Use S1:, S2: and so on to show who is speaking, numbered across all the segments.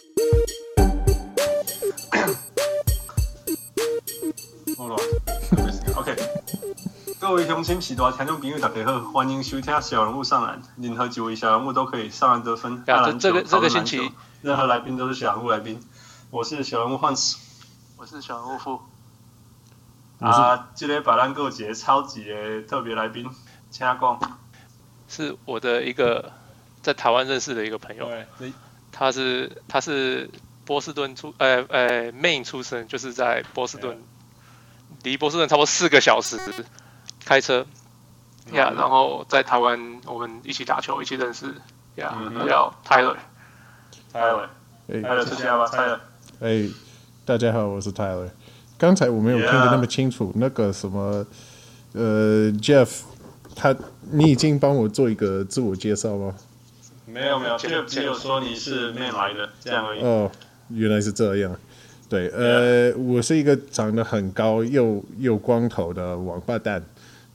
S1: 啊 各位乡亲、皮大听众朋友，大家好，欢迎收听小人物上篮。任何几位小人物都可以上篮得分。
S2: 对
S1: 打
S2: 啊这
S1: 篮球
S2: 这个这个星期
S1: 讨论篮球任何来宾都是小人物来宾。我是小人物幻子
S3: 我是小人物富，
S4: 我是
S1: 啊，今天百烂购节超级的特别来宾，请他讲。
S2: 是我的一个在台湾认识的一个朋友，
S1: 对，这
S2: 他是他是波士顿出，呃呃，Maine 出生，就是在波士顿，离波士顿差不多四个小时开车，呀、然后在台湾我们一起打球，一起认识，呀、
S1: 嗯
S2: y
S1: 哼
S2: e 叫 Tyler，
S1: 泰勒，
S4: 哎
S1: 泰勒出啊现了吗？泰勒，
S4: 哎，大家好，我是 Tyler。刚才我没有听得那么清楚那个什么，呃，Jeff，他你已经帮我做一个自我介绍吗？
S1: 没有没有，就只有说你是妹来的这样而已。
S4: 哦，原来是这样。对，呃我是一个长得很高又又光头的王八蛋。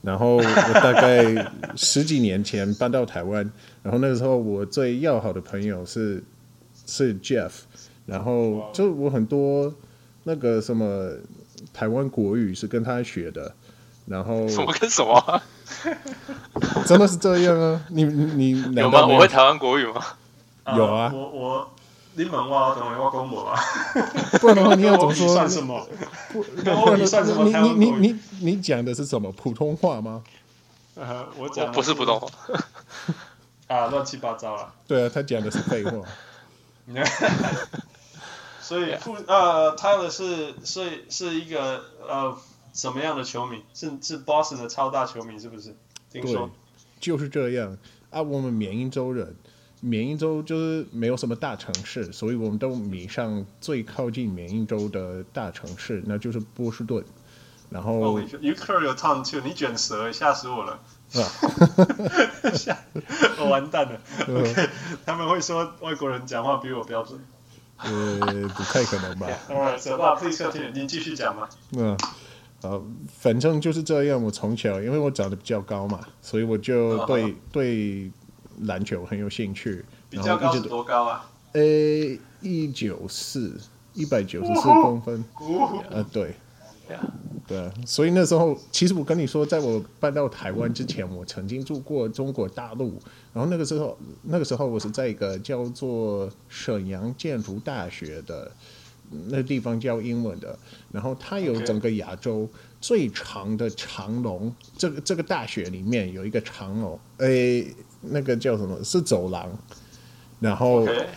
S4: 然后我大概十几年前搬到台湾，然后那个时候我最要好的朋友是是 Jeff，然后就我很多那个什么台湾国语是跟他学的，然后
S2: 什么跟什么啊、
S4: 真的是这样啊？你你你
S2: 有
S4: 难
S2: 吗？
S4: 道没
S2: 我会台湾国语吗？
S1: 嗯
S4: 有啊
S1: 我我你问我，等我讲我啊。
S4: 不然的话你要怎么
S5: 你
S4: 说
S5: 算？什么？
S4: 不然
S5: 我比算什么台湾
S4: 你你
S5: 国语
S4: 你你你讲的是什么普通话吗？
S5: 呃，我
S2: 我
S5: 讲
S2: 不是普通话，
S5: 啊，乱七八糟了。
S4: 对啊，他讲的是废话。
S5: 所以富呃，泰勒是是是一个呃什么样的球迷？是是 Boston 的超大球迷是不是？听
S4: 对
S5: 说，
S4: 就是这样啊。我们缅因州人，缅因州就是没有什么大城市，所以我们都迷上最靠近缅因州的大城市，那就是波士顿。然
S5: 哦
S4: 后
S1: You curl your tongue too，你卷舌欸，吓死我 了。
S4: 啊
S5: 我、完蛋了。
S4: 呃
S5: 他们会说外国人讲话比我标准。
S4: 呃不太可能吧？
S1: 呃，蛇爸，please continue，您继续讲吧。
S4: 嗯，呃，反正就是这样。我从小因为我长得比较高嘛，所以我就对、对篮球很有兴趣。
S1: 比
S4: 然
S1: 较
S4: 后
S1: 高
S4: 一
S1: 是
S4: 直
S1: 多高啊？
S4: 呃一九四一百九十四公分，呃对，
S2: Yeah.
S4: 对啊，所以那时候其实我跟你说，在我搬到台湾之前，我曾经住过中国大陆，然后那个时候那个时候我是在一个叫做沈阳建筑大学的那地方教英文的，然后它有
S1: OK
S4: 整个亚洲最长的长龙，这个这个大学里面有一个长龙，诶、那个叫什么是走廊，然后。
S1: OK，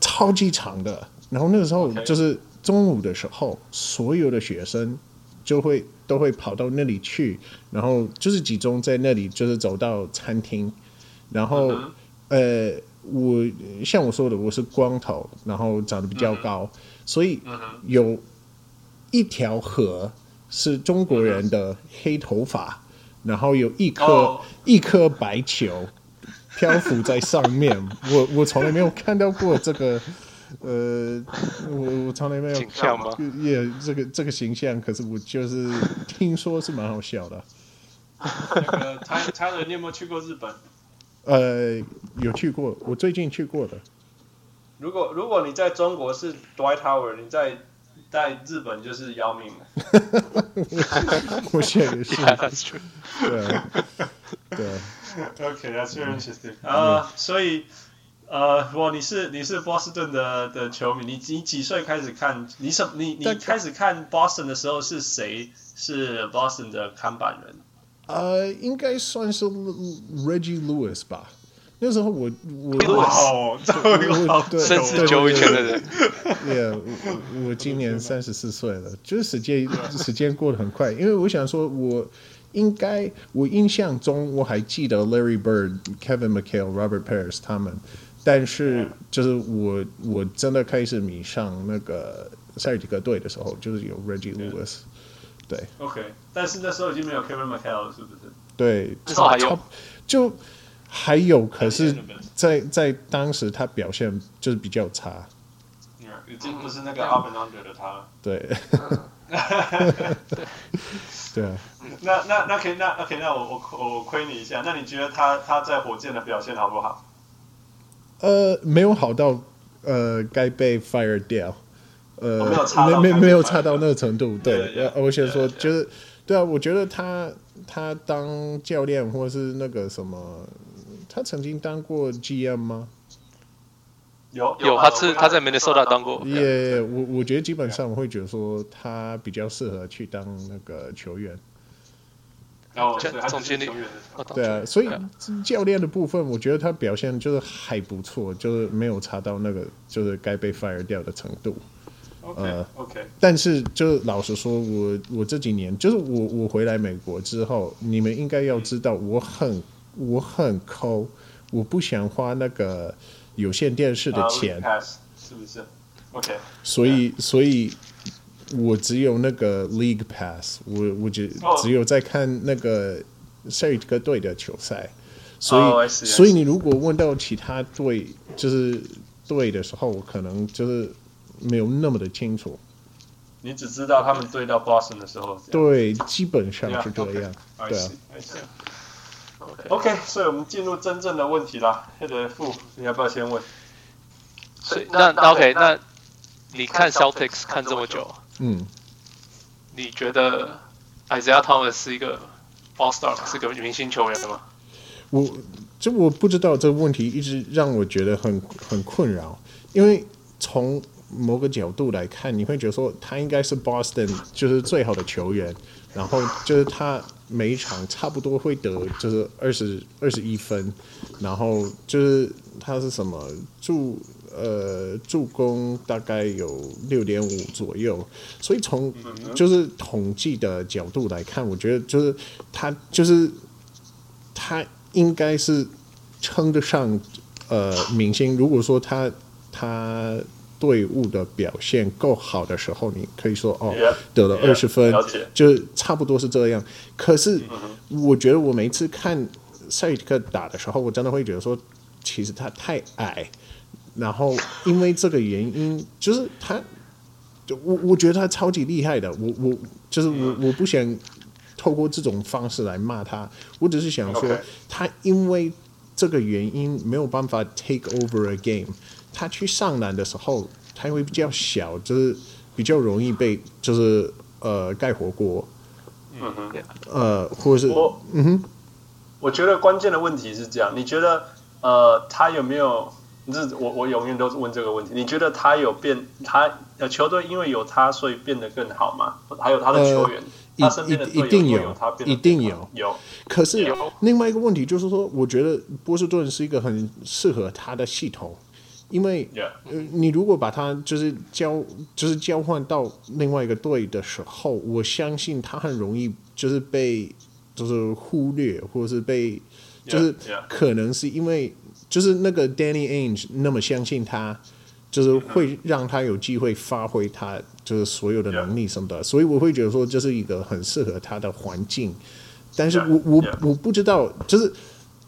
S4: 超级长的。然后那个时候
S1: OK
S4: 就是中午的时候，所有的学生就会都会跑到那里去，然后就是集中在那里，就是走到餐厅，然后、
S1: 嗯
S4: 呃，我像我说的，我是光头，然后长得比
S1: 嗯
S4: 较高，所以有一条河是中国人的黑头发，然后有一颗、
S1: 哦
S4: 一颗白球漂浮在上面。我我从来没有看到过这个，呃，我我从来没有
S2: 景象吗？
S4: 也这个这个形象，可是我就是听说是蛮好笑的。
S5: 那个泰泰勒，你有没有去过日本？
S4: 呃，有去过，我最近去过的。
S5: 如果如果你在中国是 Dwight Howard，你在在日本就是姚明了。
S4: 我写 的是，
S2: Yeah, that's true.
S4: 对啊，对啊，
S5: OK，that's、very interesting 啊、所以呃，我你是你是波士顿的的球迷，你你几岁开始看？你什你你
S4: 大概
S5: 开始看 Boston 的时候是谁是 Boston 的看板人？
S4: 呃，应该算是 Reggie Lewis 吧。那时候我我
S5: 哦，这个好
S4: 对
S2: 甚至久以前的人，
S4: 耶，我我我今年三十四岁了，就是时间时间过得很快，因为我想说，我应该我印象中我还记得 Larry Bird、Kevin McHale、Robert Parrish 他们，但是就是我我真的开始迷上那个塞尔提克队的时候，就是有 Reggie Lewis，
S5: OK，但是那时候已经没有 Kevin McHale 了，是不是？
S4: 对，
S2: 至少还有
S4: 差不就还有，可是在在当时他表现就是比较差，
S5: 已经不是那个 Up and Under 的他了。
S4: 对， 对啊。
S5: 那那那可以，那 OK，那我我我亏你一下。那你觉得他他在火箭的表现好不好？
S4: 呃，没有好到呃该被 fire 掉，呃，
S5: 哦没有差到
S4: 没
S5: 该被
S4: 没有
S5: fire
S4: 差到那个程度。对，
S5: 对
S4: 呃我想说，就是对啊，我觉得他他当教练或是那个什么，他曾经当过 GM 吗？
S5: 有
S2: 有，他是他在 Minnesota 当
S5: 过
S2: 过，
S4: 也、我我觉得基本上我会觉得说他比较适合去当那个球员。
S5: 然后
S2: 这
S5: 对他
S2: 总
S5: 只是
S2: 经理
S5: 球员的
S2: 我哦当
S4: 对啊，
S2: 过
S4: 所以
S2: 对啊
S4: 教练的部分，我觉得他表现就是还不错，就是没有差到那个就是该被 fire 掉的程度。呃
S5: OK OK，
S4: 但是，就老实说，我我这几年就是我我回来美国之后，你们应该要知道，我很我很抠，我不想花那个有线电视的钱，
S5: pass 是不是？OK，
S4: 所以所以，我只有那个 League Pass，我我只
S5: 哦
S4: 只有在看那个塞尔提克队的球赛，所以、
S5: 哦，I see，I see
S4: 所以你如果问到其他队就是队的时候，我可能就是没有那么的清楚。
S5: 你只知道他们对到 Boston 的时候，这样
S4: 对，基本上是这样。
S5: I
S4: 对啊
S5: see, I see. OK，所以我们进入真正的问题啦。那个傅，你要不要先问？
S2: 所以
S3: 那
S2: 那那 OK，
S3: 那
S2: 那你看 Celtics 看这么久，
S4: 嗯，
S2: 你觉得 Isaiah Thomas 是一个 All Star，是个明星球员吗？
S4: 我这我不知道这个问题一直让我觉得很很困扰，因为从某个角度来看，你会觉得说他应该是 Boston 就是最好的球员，然后就是他每一场差不多会得就是二十二十一分，然后就是他是什么助呃助攻大概有六点五左右，所以从就是统计的角度来看，我觉得就是他就是他应该是称得上呃明星。如果说他他队伍的表现够好的时候，你可以说哦
S5: Yep，
S4: 得了
S5: yep，
S4: 二十分
S5: 了解
S4: 就差不多是这样。可是我觉得我每次看塞尔提克打的时候，我真的会觉得说，其实他太矮。然后因为这个原因，就是他，就我我觉得他超级厉害的。我我就是我
S5: 嗯
S4: 我不想透过这种方式来骂他，我只是想说
S5: OK
S4: 他因为这个原因没有办法 take over a game。他去上篮的时候，他会比较小，就是比较容易被就是呃盖火锅，呃或者
S5: 嗯
S4: 是
S5: 我嗯哼，我觉得关键的问题是这样，你觉得呃，他有没有？这我我永远都是问这个问题。你觉得他有变？他呃，球队因为有他，所以变得更好吗？还有他的球员，
S4: 呃一
S5: 他身边的队友
S4: 一定
S5: 因
S4: 有
S5: 为有他变得
S4: 一定
S5: 更好有
S4: 可是
S2: 有
S4: 另外一个问题就是说，我觉得波士顿是一个很适合他的系统，因为
S5: Yeah
S4: 呃，你如果把它就是交就是交换到另外一个队的时候，我相信他很容易就是被就是忽略，或者是被就是
S5: Yeah，yeah
S4: 可能是因为就是那个 Danny Ainge 那么相信他，就是会让他有机会发挥他就是所有的能力什么的，所以我会觉得说这是一个很适合他的环境。但是
S5: Yeah，
S4: 我我
S5: yeah
S4: 我不知道，就是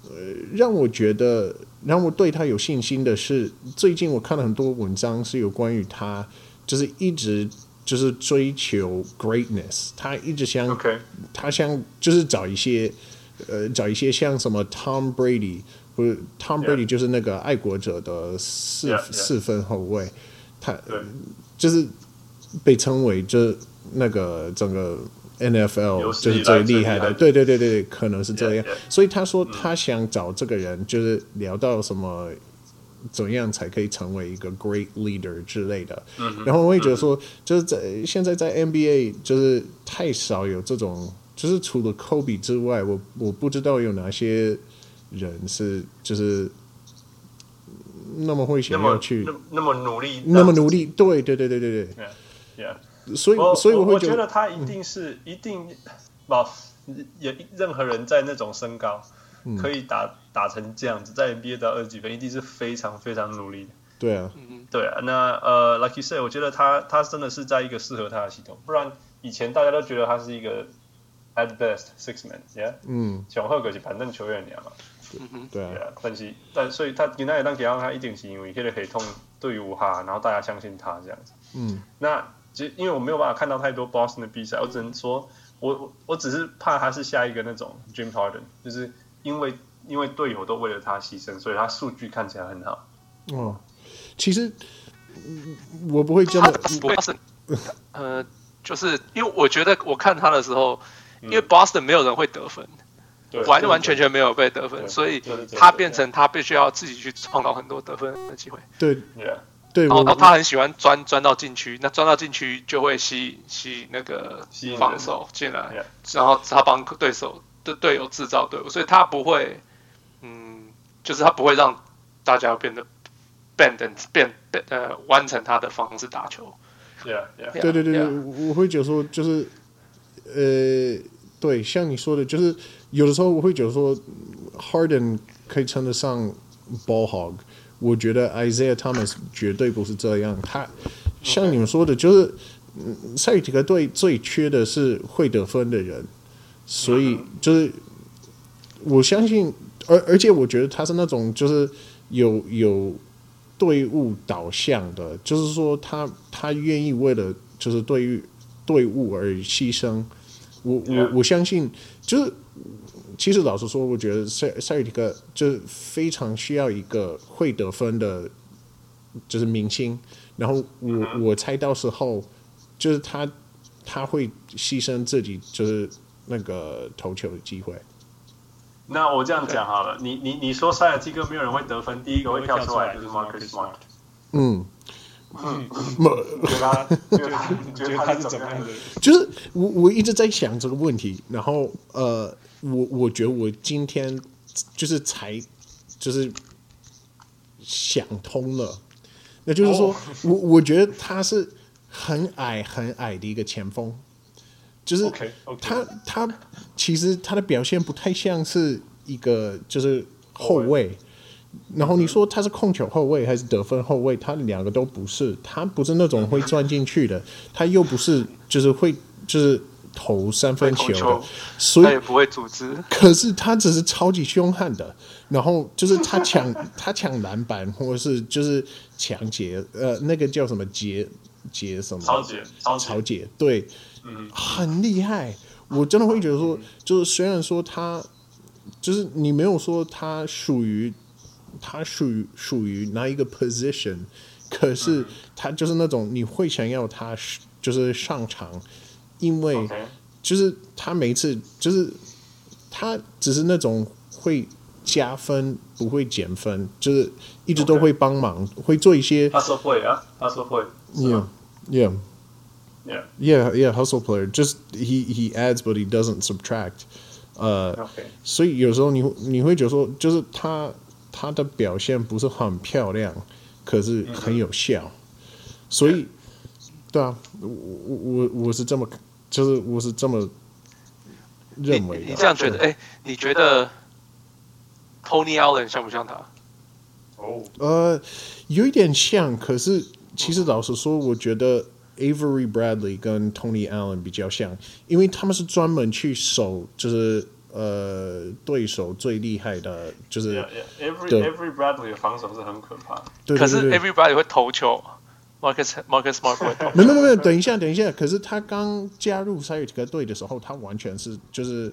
S4: 呃，让我觉得让我对他有信心的是，最近我看了很多文章是有关于他，就是一直就是追求 greatness，他一直想
S5: OK
S4: 他想就是找一些呃找一些像什么 Tom Brady 或者 Tom
S5: Yeah
S4: Brady 就是那个爱国者的四
S5: Yeah，yeah
S4: 四分后卫，他
S5: 对
S4: 就是被称为这那个整个 NFL
S5: 有史
S4: 就
S5: 以
S4: 是
S5: 来
S4: 最厉害
S5: 最厉害
S4: 的，
S5: 的
S4: 对对对对对，可能是这样
S5: Yeah, yeah.。
S4: 所以他说他想找这个人，就是聊到什么。怎样才可以成为一个 great leader 之类的？
S5: 嗯
S4: 然后我也觉得说，就是在现在在 NBA 就是太少有这种，就是除了 Kobe 之外，我我不知道有哪些人是就是那么会
S5: 那
S4: 想要
S5: 么
S4: 去
S5: 那那么努力，
S4: 那么努力，对对对对对对。
S5: ，Yeah。
S4: 所以
S5: 我
S4: 所以
S5: 哦我
S4: 会
S5: 觉
S4: 觉嗯
S5: 得他一定是、一定，不也任何人在那种身高、
S4: 嗯
S5: 可以打打成这样子，在 NBA 打二十几分，一定是非常非常努力的。
S4: 对啊，
S5: 对啊，那呃，like you say，我觉得他他真的是在一个适合他的系统，不然以前大家都觉得他是一个 at best six man，yeah，
S4: 嗯，
S5: 雄厚个是板凳球员尔嘛，
S4: 对啊
S5: 对，啊，但是但所以他今仔当给他他一定是因为迄个系统对五哈，然后大家相信他这样子。
S4: 嗯，
S5: 那其实因为我没有办法看到太多 Boston 的比赛，我只能说我我我只是怕他是下一个那种 James Harden，就是因为因为队友都为了他牺牲，所以他数据看起来很好。
S4: 哦，其实嗯我不会这
S2: 他
S4: 么，
S2: 不是，呃，就是因为我觉得我看他的时候，因为 Boston 没有人会得分，
S5: 对
S2: 完完全全没有被得
S5: 对
S2: 分，所以
S5: 对对对
S2: 他
S5: 对
S2: 变成他必须要自己去创造很多得分的机会。
S4: 对
S5: ，yeah，
S4: 对，
S2: 然后，
S4: 我
S2: 然哦后他很喜欢钻钻到禁区，那钻到禁区就会吸吸那个
S5: 吸引人
S2: 防守进来
S5: Yeah，
S2: 然后他帮对手的队友制造队伍，所以他不会，嗯，就是他不会让大家变得 bend and 变变呃完成他的方式打球。
S5: yeah yeah，
S4: 对对对对
S2: Yeah，yeah，
S4: 我我会觉得说就是，呃，对，像你说的，就是有的时候我会觉得说，Harden 嗯可以称得上 ball hog，我觉得 Isaiah Thomas 绝对不是这样。他像你们说的，就是嗯赛提克队最缺的是会得分的人，所以就是我相信，而而且我觉得他是那种就是有有队伍导向的，就是说他他愿意为了就是队伍队伍而牺牲。我我
S5: Yeah.
S4: 我相信，就是其实老实说，我觉得塞塞尔提克就是非常需要一个会得分的，就是明星。然后我我猜到时候就是他他会牺牲自己，就是那个投球的机会。
S5: 那我这样讲好了，你你你说塞尔基克没有人会得分，第一个会跳出来就是 Marcus Smart，
S4: 嗯，
S5: 你觉得他，你觉得他，你觉得他是怎么样的？
S4: 就是我我一直在想这个问题，然后呃，我我觉得我今天就是才就是想通了，那就是说、我我觉得他是很矮很矮的一个前锋，就是
S5: OK，OK
S4: 他他其实他的表现不太像是一个就是
S5: 后
S4: 后卫。然后你说他是控球后卫还是得分后卫？他两个都不是，他不是那种会钻进去的，他又不是就是会就是投三分球
S2: 会投
S4: 的
S2: 球，
S4: 所
S2: 他
S4: 以
S2: 也不会组织，
S4: 可是他只是超级凶悍的，然后就是他抢他抢篮板或者是就是抢劫，呃，那个叫什么劫劫什么
S5: 超级超级
S4: 曹姐，对，
S5: 嗯
S4: 很厉害。我真的会觉得说，就是虽然说他，就是你没有说他属于他属于属于哪一个 position，可
S5: 嗯
S4: 是他就是那种你会想要他是就是上场，因为
S5: OK
S4: 就是他每一次就是他只是那种会加分不会减分，就是一直都
S5: OK
S4: 会帮忙，会做一些
S5: 他说会啊，他说会
S4: yeah yeah。
S5: ，yeah
S4: Yeah, yeah, hustle player. Just he he adds, but he doesn't subtract. 呃、
S5: OK，
S4: 所以有时候你会你会觉得说，就是他他的表现不是很漂亮，可是很有效。所以，对啊，我我我我是这么，就是我是这么认为啊
S2: 你
S4: 的。
S2: 你这样觉得？哎，你觉得 Tony Allen 像不像他？
S5: 哦，
S4: 呃，有一点像，可是其实老实说，我觉得 Avery Bradley 跟 Tony Allen 比较像，因为他们是专门去守，就是呃对手最厉害的，就是
S5: yeah, yeah. Every
S4: 对
S5: Every Bradley 的防守是很可怕的。
S4: 对
S2: 可
S4: 对
S2: 是
S4: 对对。。
S2: everybody 会投球，Marcus Marcus Smart 不会投
S4: 没没没没，等一下，等一下。可是他刚加入塞尔提克队的时候，他完全是就是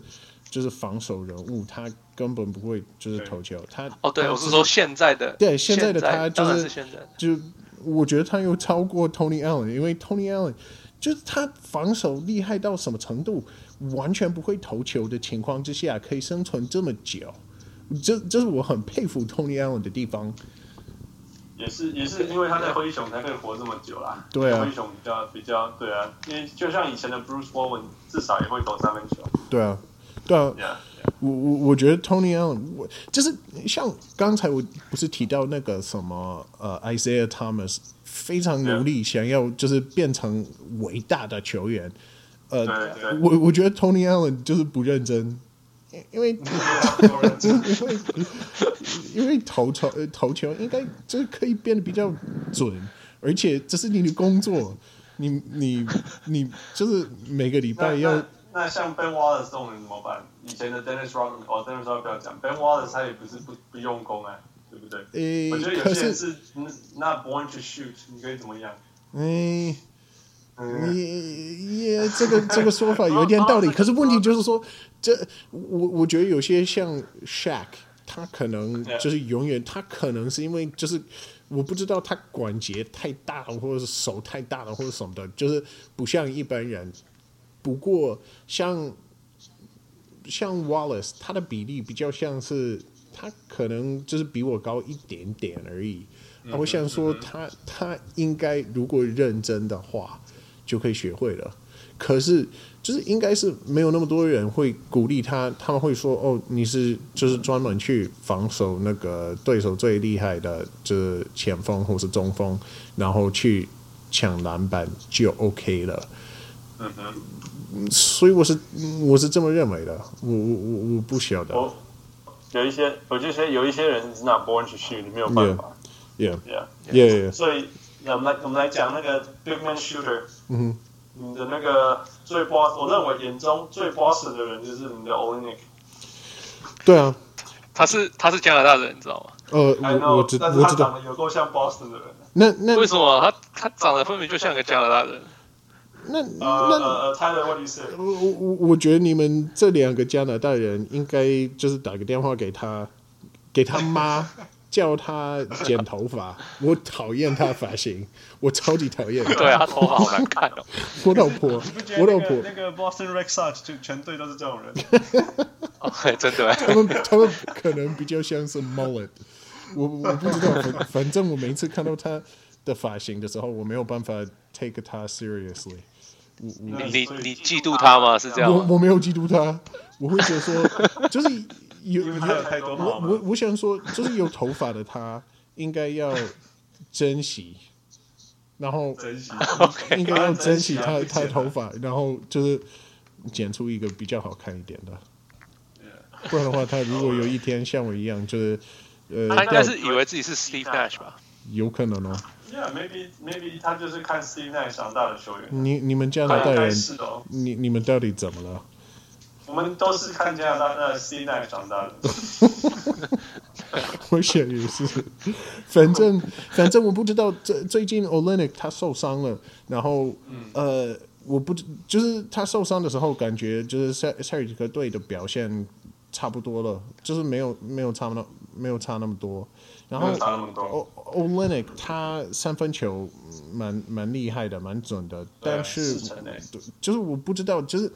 S4: 就是防守人物，他根本不会就是投球。他
S2: 哦，对，
S4: 他
S2: 我是说现在的，
S4: 对
S2: 现
S4: 现在的他就
S2: 当然
S4: 是
S2: 是现在的。
S4: 就我觉得他又超过 Tony Allen，因为 Tony Allen 就是他防守厉害到什么程度，完全不会投球的情况之下可以生存这么久，这这是我很佩服 Tony Allen 的地方。
S5: 也是也是因为他在灰熊才可以活这么久啦。
S4: 对啊
S5: 灰熊比较比较对啊，因为就像以前的 Bruce Bowen 至少也会投三分球。
S4: 对啊，对啊，
S5: Yeah,
S4: 我我我觉得 Tony Allen，我就是像刚才我不是提到那个什么呃 Isaiah Thomas 非常努力想要就是变成伟大的球员，呃，
S5: 对对
S4: 我我觉得 Tony Allen 就是不认真，因因为就是因为 因为投球呃投球应该就是可以变得比较准，而且这是你的工作，你你你就是每个礼
S5: 那
S4: 拜要
S5: 那那像 Ben Wallace 这种人怎么办？以前的 Dennis Rodman 哦，Dennis Rodman 不要讲，Ben Wallace 他也不是不不用功哎、对不对？
S4: 诶
S5: 我觉得有
S4: 可
S5: 些
S4: 是
S5: 人是嗯 not born to shoot，你可以怎么样？
S4: 哎。
S5: 嗯，
S4: 你也这个这个说法有一点道理，
S5: 哦哦
S4: 可是问题就是说，这我我觉得有些像 Shaq，他可能就是永远，他可能是因为就是我不知道他关节太大了，或者是手太大了，或者什么的，就是不像一般人。不过像像 Wallace，他的比例比较像是他可能就是比我高一点点而已。啊我想说他他应该如果认真的话，就可以学会了。可是就是应该是没有那么多人会鼓励他，他们会说哦，你是就是专门去防守那个对手最厉害的，就是前锋或是中锋，然后去抢篮板就 OK 了。
S5: 嗯哼，
S4: 所以我是嗯我是这么认为的，我我我我不晓得。
S5: 我有一些，我就说有一些人是 not born to shoot，没有办法。
S4: Yeah,
S5: Yeah，
S4: yeah, yeah.
S5: 所以那我们来我们来讲那个 big man shooter，
S4: 嗯哼，
S5: 你的那个最 boss，我认为眼中最 boss 的人就是你的 Olenek。
S4: 对啊，
S2: 他是他是加拿大人，你知道吗？
S4: 呃，
S5: I
S4: 我我
S5: know，
S4: 知
S5: 但是
S4: 我
S5: 他
S4: 知
S5: 长
S4: 道。
S5: 得有够像 Boston 的人。
S4: 那那
S2: 为什么他他长得分明就像个加拿大人？
S4: 那
S5: 呃
S4: 那
S5: 呃呃，Tyler，what do you say？
S4: 我我我我觉得你们这两个加拿大人应该就是打个电话给他，给他妈叫他剪头发。我讨厌他发型，我超级讨厌。
S2: 对啊，他头发好难看哦。
S4: 我老婆
S5: 你不觉，
S4: 我
S5: 得
S4: 老
S5: 那
S4: 婆
S5: 个，那个 Boston Red Sox 就全队都是这种人？
S2: OK，真哦的，
S4: 他们他们可能比较像是 mullet，我我不知道，反反正我每一次看到他的发型的时候，我没有办法 take 他 seriously。
S2: 你你你嫉妒他吗？是这样
S4: 我
S2: 吗？
S4: 我没有嫉妒他，我会觉得 说，就是有
S5: 因为
S4: 有
S5: 他有太多
S4: 我
S5: 毛
S4: 我
S5: 嘛。
S4: 我想说，就是有头发的他应该要珍惜，然后
S5: 珍惜，
S4: 应该要珍惜
S5: 当
S4: 他
S5: 然珍惜啊
S4: 他的头发，然后就是剪出一个比较好看一点的。不然的话，他如果有一天像我一样，就是呃，
S2: 他应该
S4: 到
S2: 是以为自己是 Steve Nash 吧？
S4: 有可能哦。
S5: Yeah，maybe maybe 他就是看 Steve Nash 长大的球员。
S4: 你你们加拿大
S5: 应该
S4: 人，
S5: 是哦，
S4: 你你们到底怎么了？
S5: 我们都是看加拿大那 C Nash 长大的。
S4: 我想也是，反正反正我不知道最最近 Olenek 他受伤了，然后、
S5: 嗯
S4: 呃，我不知就是他受伤的时候，感觉就是塞塞尔吉克队的表现差不多了，就是没有没有差那没有差那么多。然后
S5: 没有差那么多
S4: O 哦 Olenek 他三分球蛮蛮厉害的，蛮准的，但是
S5: 四成欸
S4: 对就是我不知道，就是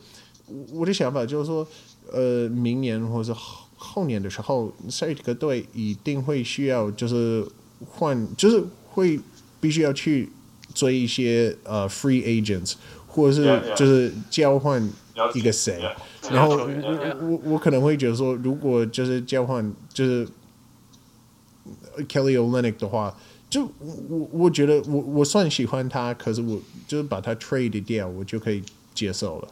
S4: 我我的想法就是说，呃，明年或者后后年的时候，塞尔克队一定会需要就是换，就是会必须要去追一些呃 free agents，或者是
S5: Yeah, yeah.
S4: 就是交换
S5: 了解
S4: 一个谁
S5: yeah，
S4: 然后
S2: 了解
S4: 我我我我可能会觉得说，如果就是交换就是 Kelly Olynyk 的话，就我我我觉得我我算喜欢他，可是我就是把他 trade 掉，我就可以接受了。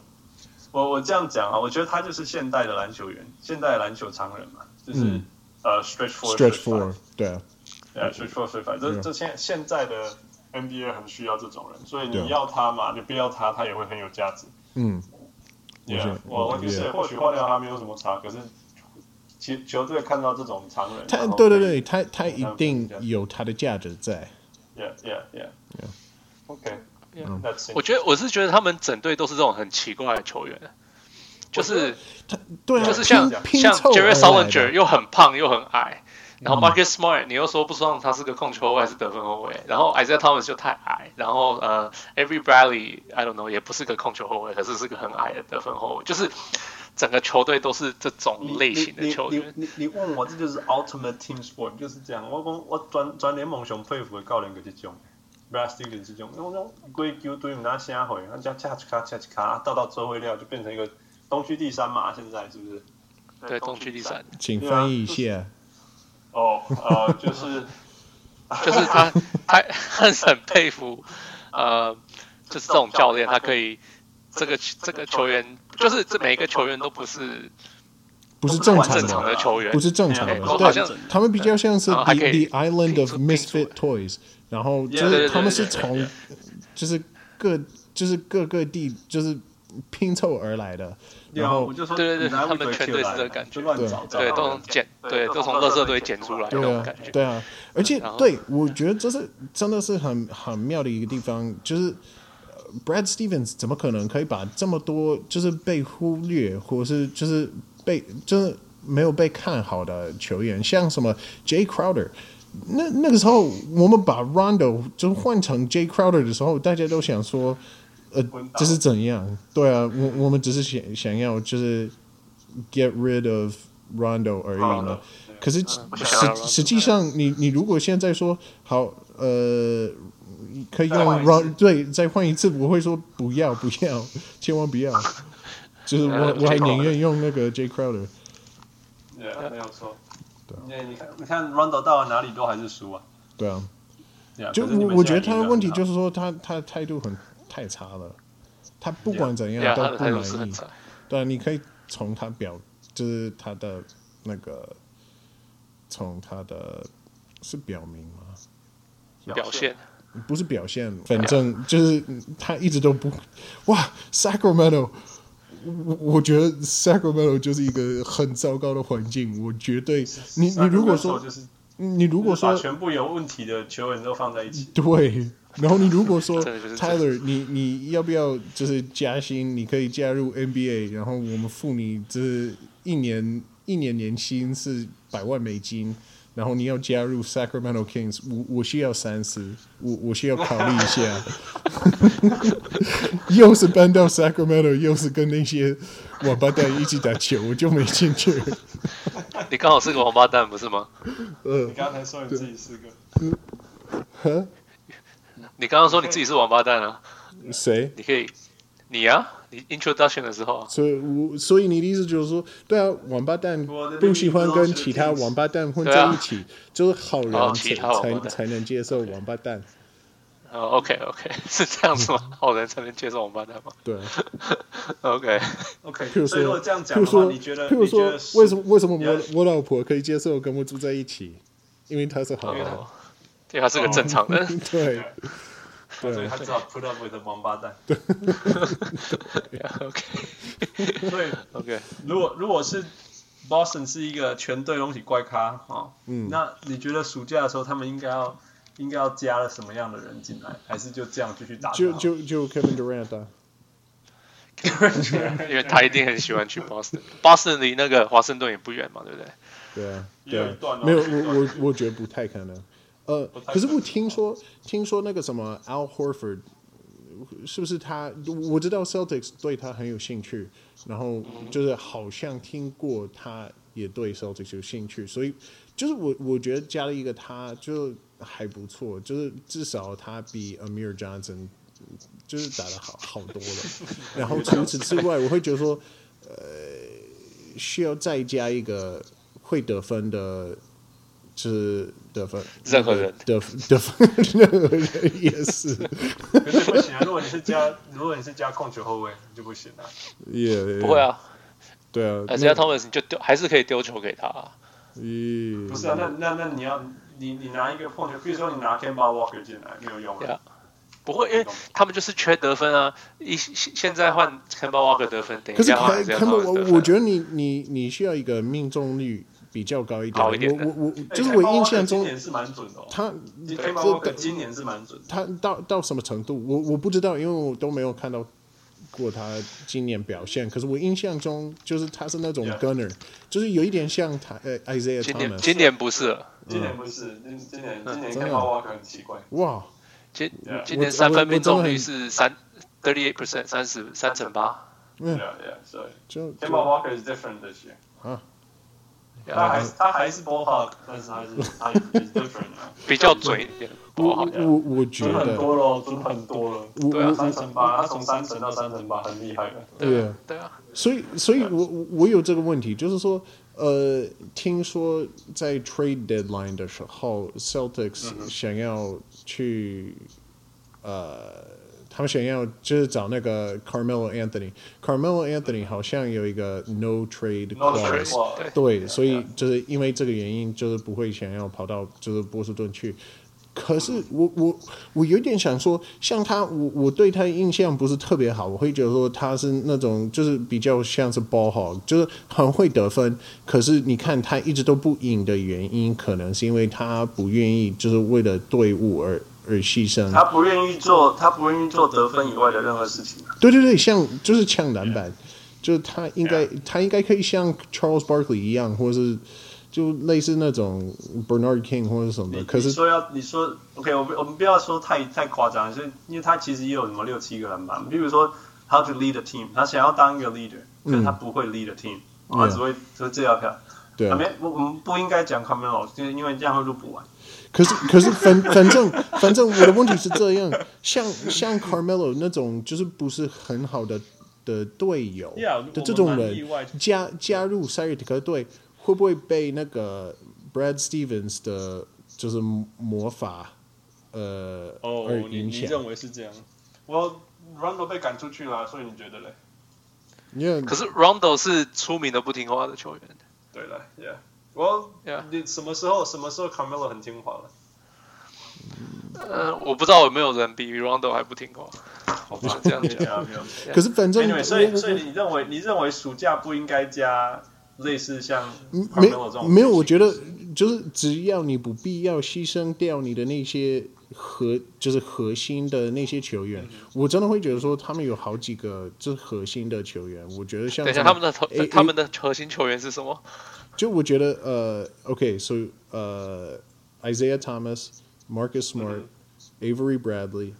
S5: 我我这样讲啊，我觉得他就是现代的篮球员，现代的篮球常人嘛，就是、
S4: 嗯
S5: 呃 stretch four
S4: Stretch four，对啊，
S5: 对啊 stretch four stretch five，这
S4: Yeah
S5: 这现现在的 NBA 很需要这种人，所以
S4: 对
S5: 你要他嘛，你不要他，他也会很有价值。
S4: 嗯，我觉
S5: Yeah，
S4: 得
S5: 我我就是
S4: ，yeah
S5: 或许换掉他没有什么差，可是其球队看到这种常人，
S4: 他
S2: 哦
S5: 然后
S4: 对对对，他他一
S5: 然后可以
S4: 定
S5: 这样
S4: 有他的价值在。
S5: ，yeah yeah yeah
S4: Yeah
S5: OK。
S2: Yeah
S5: That's it
S2: 我觉得我是觉得他们整队都是这种很奇怪的球员，就是
S4: 对 啊，
S2: 就是像
S4: 拼拼
S2: 像
S4: 凑
S2: Jerry
S4: 而
S2: Solinger
S4: 来的。
S2: 又很胖又很矮，然后 Marcus Smart 你又说不算他是个控球后卫还是得分后卫，然后 Isaiah Thomas 就太矮，然后呃 Every Bradley I don't know 也不是个控球后卫，可是是个很矮的得分后卫，就是整个球队都是这种类型的球员。
S5: 你你你你问我，这就是 ultimate team sport，就是这样。我讲我转转联盟上佩服的教练就是这种 b r a s t i n 就是这种。我讲规球队唔拿啥回，啊，加加一卡加一卡，到到最后料就变成一个东区第三嘛，现在是不是？
S2: 对，东区第三，
S4: 请翻译一下，
S5: 哦，呃，就是
S2: 就是 他他他很佩服，呃，就是这种教练，他可以这个这个球员，就是这每一个球员都不是
S4: 不是正常
S2: 正常
S4: 的，
S2: 的球员
S4: 不，是正常的。
S5: 对
S2: 我好像
S4: 对，他们比较像是
S2: 然后
S4: The
S2: 还可以
S4: The Island of
S2: 拼出
S4: Misfit Toys，然后就
S5: Yeah，对
S4: 是
S5: 对
S4: 他们是
S5: 对对
S4: 从就是各就是各个地就是拼凑而来的，
S5: 对
S4: 然
S5: 啊，
S4: 后
S5: 我就说
S2: 对对对
S5: 你拿
S2: 他们
S5: Wicked
S2: 全队是
S5: 来
S2: 这个感觉
S5: 就乱找，找
S2: 对，
S5: 到
S2: 都
S5: 人
S2: 从捡，对，都从垃圾堆捡出来的那
S4: 对
S2: 种
S4: 啊
S2: 感觉。
S4: 对啊，而且
S2: 然后
S4: 对我觉得这是真的是很很妙的一个地方，就是呃 Brad Stevens 怎么可能可以把这么多就是被忽略或是就是被就是没有被看好的球员，像什么 J Crowder。那那个时候，我们把 Rondo 就换成 J Crowder 的时候，大家都想说，呃
S5: 昏，倒
S4: 这是怎样？对啊，我我们只是想想要就是 get rid of Rondo 而已嘛。可是
S2: 嗯
S4: 实
S2: 不想要
S4: 实实际上你，你如果现在说好，呃，可以
S5: 再
S4: 用
S5: 换一次
S4: Ron 对再换一次，我会说不要不要，千万不要。就是我
S2: 呃
S4: 我还
S2: Jay Crowder
S4: 宁愿用那个 J Crowder。
S5: 对啊，没有错。
S4: 对啊
S5: 因为你看，你看 Rondo 到了哪里都还是输啊。
S4: 对啊，
S5: 对啊
S4: 就
S5: 可是你
S4: 我
S5: 们
S4: 我觉
S5: 现在
S4: 得他
S5: 赢
S4: 的
S5: 得
S4: 问题
S5: 很好
S4: 就是说他他的态度很太差了，他不
S5: Yeah
S4: 管怎样
S2: 呀，啊他
S4: 都
S2: 的
S4: 不
S2: 态度
S4: 满
S2: 是很
S4: 意。
S2: 差。
S4: 对啊，你可以从他表，就是他的那个，从他的是表明吗？
S2: 表现，
S4: 不是表现，反正就是他一直都不哇，Sacramento，我我觉得 Sacramento 就是一个很糟糕的环境，我绝对你你如果说
S5: 就是
S4: 你如果
S5: 把
S4: 说嗯
S5: 全部有问题的球员都放在一起，
S4: 对，然后你如 果说
S2: 真的就是这样
S4: Tyler，你你要不要就是加薪？你可以加入 NBA，然后我们付你这一年一年年薪是百万美金，然后你要加入 Sacramento Kings，我我需要三思，我我需要考虑一下。 又是搬到 Sacramento，又是跟那些王八蛋一起打球，我就没兴趣。
S2: 你刚好是个王八蛋，不是吗？
S4: 呃
S5: 你，刚才说你自己是个，
S4: 呵
S2: 你刚刚说你自己是王八蛋 啊，
S4: 谁？
S2: 你可以，你啊，你 introduction 的时候啊，
S4: 所以我所以你的意思就是说，对啊，王八蛋
S5: 我的
S4: 不喜欢跟其他王八蛋混在一
S5: 啊
S4: 起，就是好人
S2: 哦
S4: 才
S2: 其他王八
S4: 才
S2: 蛋
S4: 才能接受王八蛋，
S2: 哦，OK OK，是 这样子 吗？好人才能接受王八蛋吗
S4: 对啊。
S2: ？OK，
S5: OK，
S4: 譬如
S5: 所以如果
S4: 说，
S5: 这样
S4: 譬
S5: 讲
S4: 如
S5: 的话，
S4: 说，
S5: 你觉得？
S4: 譬如说，为什么为什么
S5: 你要
S4: 我我老婆可以接受跟我住在一起？因为她是好人，
S2: 哦，对，他是个正常
S4: 哦
S2: 人。
S4: 对
S5: 么？所以他只好 put up with the 王八蛋。
S2: OK
S5: 所以
S2: OK，
S5: 如果如果是 Boston 是一个全队东西怪咖哦，嗯，那你觉得暑假的时候他们应该要应该要加了什么样的人进来，还是就这样继续打他？
S4: 就就就 Kevin Durant 啊，
S2: 因为他一定很喜欢去 Boston。Boston 离那个华盛顿也不远嘛，对不对？
S4: 对啊，
S5: 也
S4: 对
S5: 有
S4: 啊
S5: 一段哦
S4: 没有
S5: 有一
S4: 我
S5: 段
S4: 我我觉得不太可能。呃，
S5: 太
S4: 可是
S5: 可
S4: 我
S5: 能
S4: 听说听说那个什么 Al Horford，是不是他？我知道 Celtics 对他很有兴趣，然后就是好像听过他也对 Celtics 有兴趣，所以就是我我觉得加了一个他就还不错，就是至少他比 Amir Johnson 就是打的好好 多了。然后除此之外，我会觉得说，呃，需要再加一个会得分的，就是得分
S2: 任何人
S4: 得得分任何人也是
S5: 可是不行啊！如果你是加如果你是加控球后卫就不行了、啊。
S4: 也
S2: 不会，啊，
S4: 对啊，
S2: 还是要 Thomas 你就丢，还是可以丢球给他啊。
S4: 咦，
S5: 不是啊，那那那你要你你拿一个碰球，比如说你拿 Kemba Walker 进来没有用啊
S2: Yeah，不会，因为他们就是缺得分啊！一现现在换 c a m b a Walker 得分，啊等一
S4: 可是
S2: 下
S4: 凯
S2: 换
S4: 凯文，我我觉
S2: 得
S4: 得你你你需要一个命中率比较高一点。
S2: 高一点的
S4: 我我我
S5: 哎
S4: 就是
S5: Kemba
S4: 我
S5: Walker
S4: 印象
S5: 今
S4: 中，
S5: 年是蛮准的、哦。
S4: 他
S5: Kemba Walker 今年是蛮准的，
S4: 他到到什么程度，我我不知道，因为我都没有看到过他今年表现。可是我印象中，就是他是那种
S5: Yeah.
S4: gunner，就是有一点像他呃 Isaiah
S2: 今年
S4: Thomas。
S2: 今年不是了，啊
S5: 今年不是，今今年今年
S4: 嗯真
S5: Kemba
S4: 的
S5: Walker 很奇怪。
S4: 哇，
S2: 今
S5: Yeah
S2: 今年
S4: 我
S2: 三
S4: 我我
S2: 分命中
S4: 真的
S2: 率
S4: 很
S2: 是三 thirty eight percent，三十三乘八，
S4: 嗯，
S5: Yeah, yeah. So
S4: 就
S5: Kemba
S4: 就
S5: Walker is different this year.
S4: 嗯
S5: 他还
S2: 呀
S5: 是他还是 ball hawk，但是他是他是 different 啊，
S2: 比较准一点，不好
S4: 我
S2: 像
S4: 我我觉
S5: 准很
S4: 得，
S5: 多咯，准很多了。
S4: 我
S2: 对啊
S4: 我
S5: 三乘八，他从三层到三层八，很厉害的。
S4: 对
S2: 对啊
S4: 啊
S2: 对啊，
S4: 所以，所以我我我有这个问题，就是说，呃，听说在 trade deadline 的时候，Celtics 想要去，呃，他们想要就是找那个 Carmelo Anthony，Carmelo Anthony 好像有一个 no trade
S5: No
S4: clause，
S5: trade clause，
S2: 对
S4: 对，所以就是因为这个原因，就是不会想要跑到就是波士顿去。可是我我我有点想说，像他，我我对他印象不是特别好，我会觉得说他是那种就是比较像是 ball hog，就是很会得分。可是你看他一直都不赢的原因，可能是因为他不愿意，就是为了队伍而而牺牲。
S5: 他不愿意做，他不愿意做得分以外的任何事情。
S4: 对对对，像就是呛篮板就是他应该他应该可以像 Charles Barkley 一样，或是就类似那种 Bernard King 或者什么
S5: 你
S4: 的。可
S5: 你
S4: 是
S5: 说要你说 OK，我们我们不要说太太夸张，所以因为他其实也有什么
S4: 嗯
S5: 六七个篮板，比如说 How to lead a team，他想要当一个啊 leader，可是他不会 lead a team，、我只会只治疗票。
S4: 对
S5: 啊，
S4: 啊
S5: 没，，我我们不应该讲 Camelo，就是因为这样会录不完。
S4: 可是可是反反正反正我的问题是这样，像像 Carmelo 那种就是不是很好的的队友
S5: Yeah，
S4: 的
S5: 我
S4: 这种
S5: 我蛮意
S4: 人
S5: 外
S4: 加加入塞尔提克队，会不会被那个 Brad Stevens 的就是魔法呃而影响？
S5: 为哦是这样？我 Rondo 被赶出去了，所以你觉得嘞？
S4: 因为
S2: 可是 Rondo 是出名的不听话的球员，
S5: 对了，Yeah，我
S2: Yeah
S5: 你什么时候什么时候 Camelo 很听话了？
S2: 呃，我不知道有没有人比 Rondo 还不听话，
S5: 好
S2: 吧这样 讲
S5: Yeah，没有。啊
S4: 可是反正
S5: Anyway，所以
S4: 我
S5: 所以你认为你认为暑假不应该加类似像
S4: 嗯没
S5: Carmelo 这种
S4: 没有，
S5: 东西
S4: 我觉得就是只要你不必要牺牲掉你的那些核，就是核心的那些球
S2: 嗯
S4: 员，我真的会觉得说他们有好几个就是核心的球员，我觉得像
S2: 等一下
S4: 什么
S2: 他们的头
S4: A- A-
S2: 他们的核心球员是什么？
S4: 就我觉得呃，OK，所、so, 以呃，Isaiah Thomas、Marcus Smart、Avery
S2: 嗯
S4: Bradley、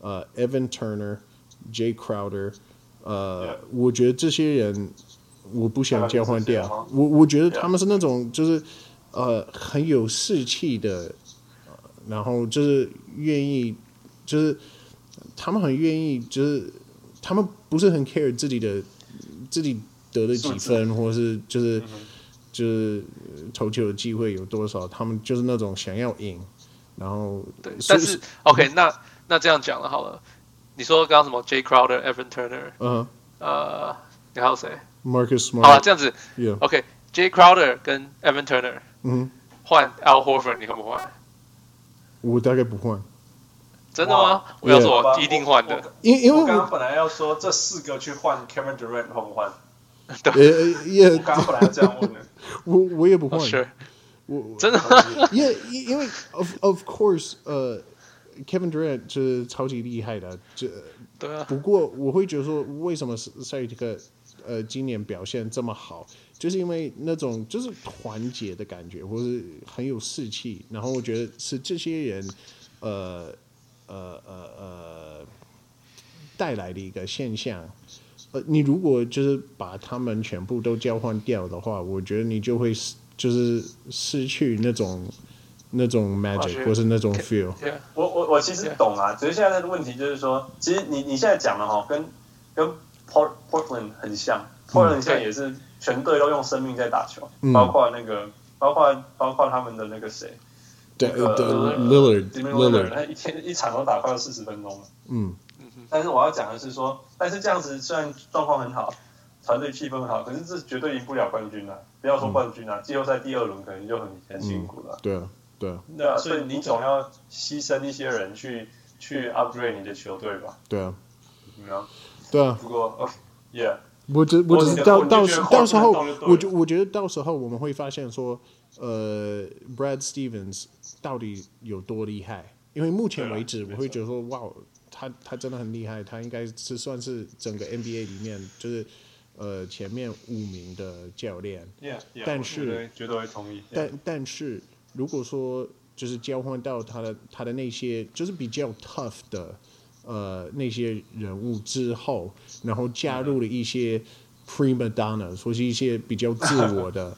S4: 呃，Evan Turner、Jay Crowder，呃
S5: Yeah.
S4: 我觉得这些人我不想交
S5: 他们
S4: 换掉
S5: 是，
S4: 我我觉得他们是那种就是呃很有士气的，呃然后就是愿意，就是他们很愿意，就是他们不是很 care 自己的自己得了几分，或是就是
S5: 嗯
S4: 就是呃投球的机会有多少，他们就是那种想要赢，然后
S2: 对，
S4: 所
S2: 但
S4: 以
S2: 是 OK，那那这样讲了好了，你说刚刚什么 J Crowder、Evan Turner，
S4: 嗯
S2: 呃，你还有谁？
S4: ，Marcus
S2: 好了，
S5: 啊
S4: Smart，
S2: 这样子
S4: yeah，
S2: ，OK，J Crowder 跟 Evan Turner
S4: 嗯，
S2: 换 Al Horford，你换不换？
S4: 我大概不换，
S2: 真的吗？我要
S4: Yeah
S5: 好
S2: 说
S5: 吧
S2: 我一定换的。
S4: 因因为
S5: 我刚
S4: 我
S5: 刚本来要说这四个去换 Kevin Durant 换不换？
S4: 呃也
S5: 我刚刚本来要这样问 的。
S4: 我我也不换
S2: 哦，是
S4: 我我
S2: 真的吗？
S4: 因为因因为 of of course，呃，Kevin Durant 就是超级厉害的，这
S2: 对啊，
S4: 不过我会觉得说，为什么塞塞尔提克呃今年表现这么好，就是因为那种就是团结的感觉，或是很有士气。然后我觉得是这些人，呃呃呃呃带来的一个现象。呃，你如果就是把他们全部都交换掉的话，我觉得你就会失就是失去那种那种
S2: 我觉
S4: magic
S2: 得
S4: 或是那种 feel。
S2: Yeah，
S5: 我我我其实懂啊，只是现在的问题就是说，其实你你现在讲的哈，跟跟 Port Portland 很像，Portland 现在也是全队都用生命在打球，
S4: 嗯
S5: 包括那个包括包括他们的那个谁
S4: 对
S5: 那
S4: 呃对
S5: 个
S4: ，Lillard
S5: d i m i l l a r
S4: Lillard，
S5: 他一天一场都打快要四十分钟了。
S4: 嗯
S5: 但是我要讲的是说，但是这样子虽然状况很好，团队气氛很好，可是这绝对赢不了冠军啊！不要说冠军啊，季后赛第二轮可能就很很辛苦了。
S4: 对啊对啊
S5: 对啊，所以你总要牺牲一些人去去 upgrade 你的球队吧，
S4: 对啊
S5: 你知道？
S4: 对啊。
S5: 不过哦，yeah，
S4: 我只
S5: 我
S4: 我只
S5: 觉
S4: 是
S5: 得
S4: 到
S5: 我就
S4: 到
S5: 觉
S4: 时
S5: 得
S4: 到时
S5: 换
S4: 候
S5: 不能动就对，了
S4: 我就我觉得到时候我们会发现说，呃，Brad Stevens 到底有多厉害？因为目前为止，
S5: 对啊
S4: 我会觉得说，哇，他他真的很厉害，他应该是算是整个 NBA 里面就是呃前面五名的教练。
S5: yeah, yeah，
S4: 但是
S5: 我觉得绝对会同意。
S4: 但但是如果说就是交换到他的他的那些就是比较 tough 的呃那些人物之后，然后加入了一些 prima donna，说是一些比较自我的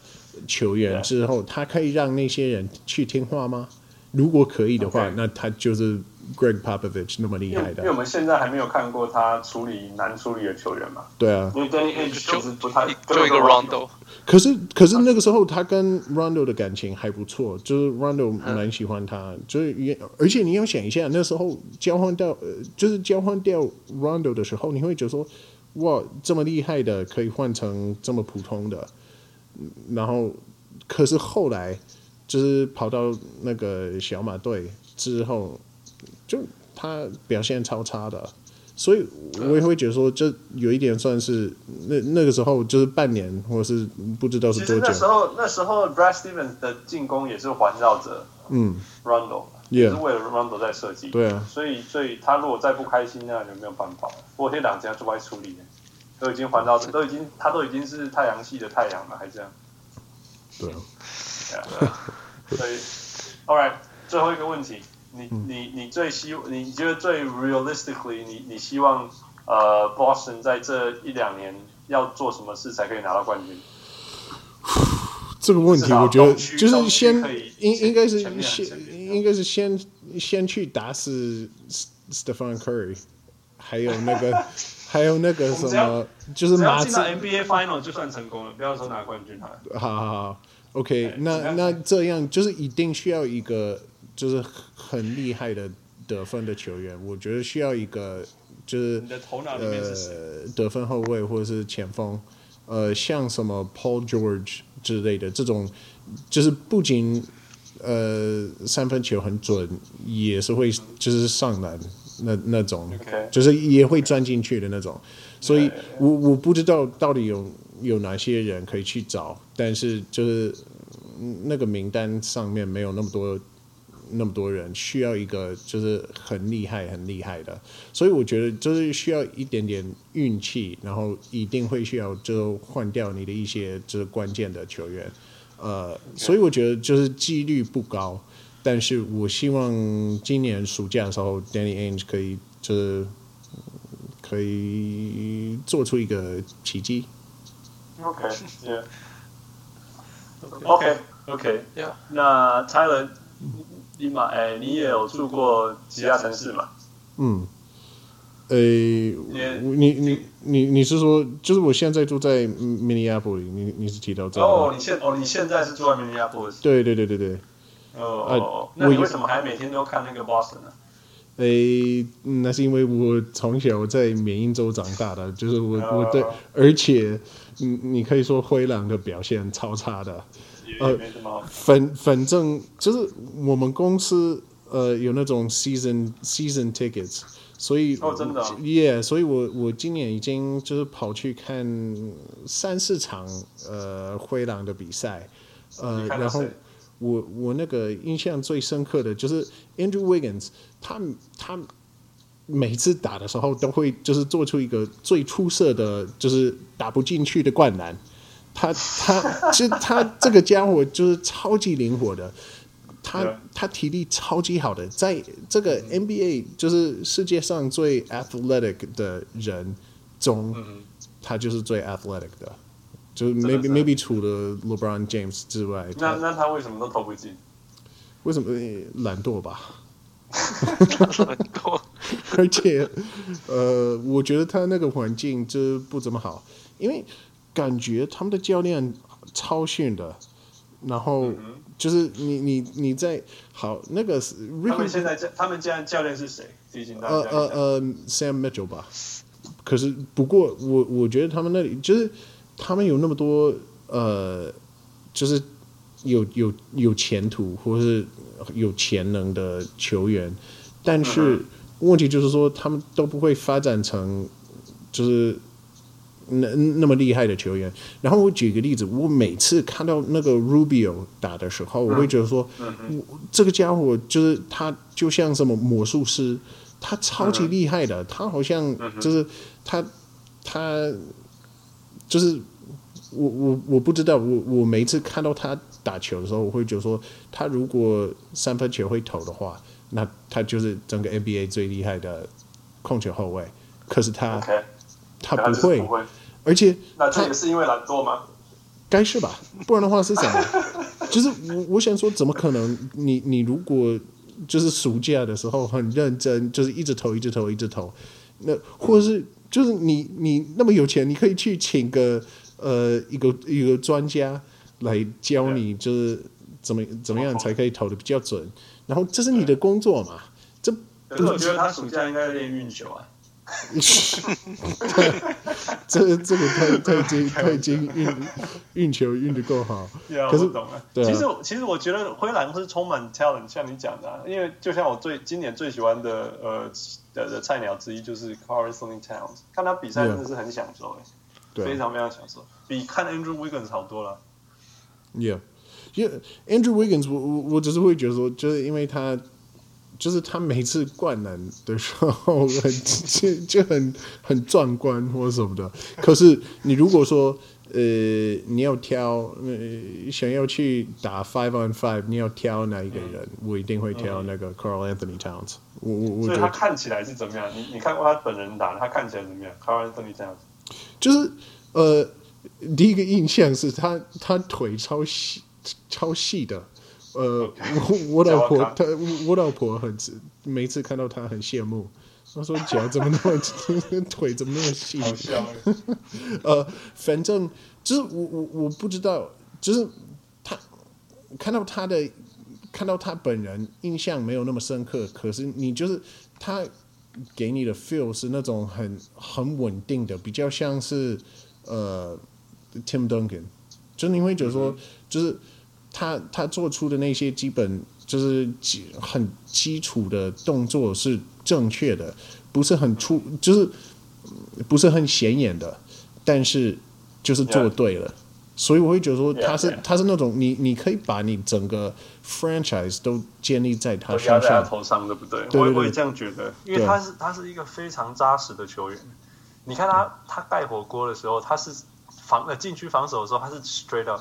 S4: 球员之后，他可以让那些人去听话吗？如果可以的话
S5: OK
S4: 那他就是 Greg Popovich 那么厉
S5: 因为
S4: 害
S5: 因为我
S4: 的，啊
S5: 们现在还没有看过他处理难处理的球员嘛，
S4: 对啊。
S5: 因为 Danny a
S2: 就
S5: 嗯就是不太
S2: 一就一个 Rondo，
S4: 可是可是那个时候他跟 Rondo 的感情还不错，就是 Rondo 蛮喜欢他，就是也而且你要想一下，那时候交换掉呃，就是交换掉 Rondo 的时候，你会觉得说，哇，这么厉害的可以换成这么普通的，嗯然后可是后来就是跑到那个小马队之后，就他表现超差的。所以我也会觉得说，这有一点算是那那个时候就是半年，或是不知道是
S5: 其
S4: 多
S5: 实那时
S4: 久。
S5: 候那时候 Brad Stevens 的进攻也是环绕着
S4: 嗯
S5: Rondo，也是
S4: ，Yeah，
S5: 为了 Rondo 在设计。
S4: 对啊
S5: 所以所以他如果再不开心，那就没有办法了。不过这两家就不爱处理了，都已经环绕，都已经他都已经是太阳系的太阳了，还这样。
S4: 对啊。
S5: 对啊所以，All right，最后一个问题，你
S4: 嗯
S5: 你你最希你觉得最 realistically，你你希望呃 Boston 在这一两年要做什么事才可以拿到冠军？
S4: 这个问
S5: 至
S4: 题，
S5: 少
S4: 我觉得
S5: 东区
S4: 就是
S5: 东区
S4: 先
S5: 可以
S4: 应
S5: 前
S4: 应该是
S5: 前面
S4: 先
S5: 前面
S4: 应该是先先去打死 S- Stephen Curry，还有那个还有那个什
S5: 只要
S4: 么，就是
S5: 只要
S4: 马
S5: 进
S4: 刺
S5: 到 NBA Final 就算成功了，不要说拿冠军好了。
S4: 好好好，OK，
S5: 对
S4: 那
S5: 哎那
S4: 那这样就是一定需要一个就是很厉害的得分的球员，我觉得需要一个就是
S5: 你的头脑里面是谁？
S4: 呃得分后卫或者是前锋，呃，像什么 Paul George 之类的这种，就是不仅呃三分球很准，也是会就是上篮那那种
S5: OK
S4: 就是也会钻进去的那种。所以我我不知道到底有有哪些人可以去找，但是就是嗯那个名单上面没有那么多那么多人，需要一个就是很厉害很厉害的，所以我觉得就是需要一点点运气，然后一定会需要就换掉你的一些就是关键的球员，呃，所以我觉得就是几率不高，但是我希望今年暑假的时候，Danny Ainge 可以就是可以做出一个奇迹。
S5: OK yeah
S2: OK，
S5: OK OK
S2: Yeah
S5: 那 Tyler，你你马哎，你也有住过其他城市嘛？
S4: 嗯，呃，我你你你你是说，就是我现在住在 Minneapolis，你你是提到这个吗？
S5: 哦，你现哦你现在是住在 Minneapolis
S4: 对对对对对，
S5: 哦哦，哦
S4: 呃
S5: 那你
S4: 我
S5: 为什么还每天都看那个 Boston 呢？
S4: 诶，嗯那是因为我从小在缅因州长大的，就是我
S5: 哦
S4: 我对，而且你你可以说灰狼的表现超差的，
S5: 也
S4: 呃
S5: 也没什么好。
S4: 反反正就是我们公司呃有那种 season season tickets，所以
S5: 哦真的啊
S4: yeah，所以我我今年已经就是跑去看三四场呃灰狼的比赛，呃，
S5: 你看到
S4: 然后
S5: 谁
S4: 我我那个印象最深刻的就是 Andrew Wiggins，他他每次打的时候都会就是做出一个最出色的，就是打不进去的灌篮。他他其实他这个家伙就是超级灵活的，他
S5: Yeah.
S4: 他体力超级好的，在这个 NBA 就是世界上最 athletic 的人中，他就是最 athletic 的，就是
S5: 嗯的
S4: maybe
S5: 是
S4: maybe 除了 LeBron James 之外，
S5: 那
S4: 他
S5: 那他为什么都投不进？
S4: 为什么呃懒惰吧？
S2: 很多
S4: 而且，呃，我觉得他那个环境就是不怎么好，因为感觉他们的教练超逊的，然后
S5: 嗯
S4: 就是你你你在好那个是
S5: 他们
S4: Ricky
S5: 现在教他们现在教练是谁？提醒大
S4: 呃
S5: 家
S4: 呃
S5: 一下。
S4: 呃 Sam Mitchell 吧，可是不过我我觉得他们那里就是他们有那么多呃，就是有有有前途或是有潜能的球员，但
S5: 嗯
S4: 是问题就是说他们都不会发展成就是那那么厉害的球员。然后我举个例子，我每次看到那个 Rubio 打的时候，我
S5: 嗯
S4: 会觉得说，我这个家伙就是他就像什么魔术师，他超级厉害
S5: 嗯
S4: 的，他好像就是他他就是我我我不知道，我我每一次看到他打球的时候，我会觉得说，他如果三分球会投的话，那他就是整个 NBA 最厉害的控球后卫。可是他
S5: OK，
S4: 呃他
S5: 他
S4: 不
S5: 就是
S4: 会
S5: 不，会。
S4: 而且
S5: 那
S4: 他
S5: 这也是因为懒惰吗？
S4: 该是吧？不然的话是什么？就是我我想说，怎么可能你？你如果就是暑假的时候很认真，就是一直投，一直投，一直投，那或者是就是你你那么有钱，你可以去请个呃一个一个专家来教你，就是怎么怎么样才可以投的比较准。然后这是你的工作嘛？这
S5: 可是我觉得他暑假应该练运球啊。
S4: 这这个太太经太经运运球运的够好，
S5: 对啊，
S4: 可是
S5: 我懂了。
S4: 对啊
S5: 其实我其实我觉得灰狼是充满 talent，像你讲的、啊，因为就像我最今年最喜欢的呃的的菜鸟之一就是 c a r l s o n Towns，看他比赛
S4: Yeah
S5: 真的是很享受、欸，非
S4: 对啊
S5: 常非常享受，比看 Andrew Wiggins 好多了。
S4: ，Yeah，因为 Andrew Wiggins，我我我只是会觉得说，就是因为他。就是他每次灌篮的时候很就就很很壮观或什么的，可是你如果说呃你要挑呃想要去打 five on five，你要挑哪一个人？我一定会挑那个 Carl Anthony Towns。我我我
S5: 嗯所
S4: 觉
S5: 以他
S4: 得
S5: 看起来是怎么样？你你看过他本人打，他看起来怎么样 c a r l s o n Towns
S4: 就是呃第一个印象是他他腿超细超细的，呃，我我老婆她我老婆很每次看到他很羡慕，她说脚怎么 那么腿怎么那么细？
S5: 好笑欸，
S4: 呃，反正就是我我我不知道，就是他看到他的看到他本人印象没有那么深刻，可是你就是他给你的 feel 是那种很很稳定的，比较像是呃 Tim Duncan，就你会觉得说，就是他他做出的那些基本就是基很基础的动作是正确的，不是很出就是不是很显眼的，但是就是做
S5: Yeah.
S4: 对了。所以我会觉得说
S5: Yeah,
S4: 他是
S5: yeah.
S4: 他是那种你你可以把你整个 franchise 都建立在他
S5: 都
S4: 身
S5: 压在他
S4: 上，
S5: 头上，对不对？
S4: 对对
S5: 我我也
S4: 对
S5: 这样觉得，因为
S4: 对
S5: 他是他是一个非常扎实的球员。你看他他盖火锅的时候，他是防呃禁区防守的时候，他是 straight up，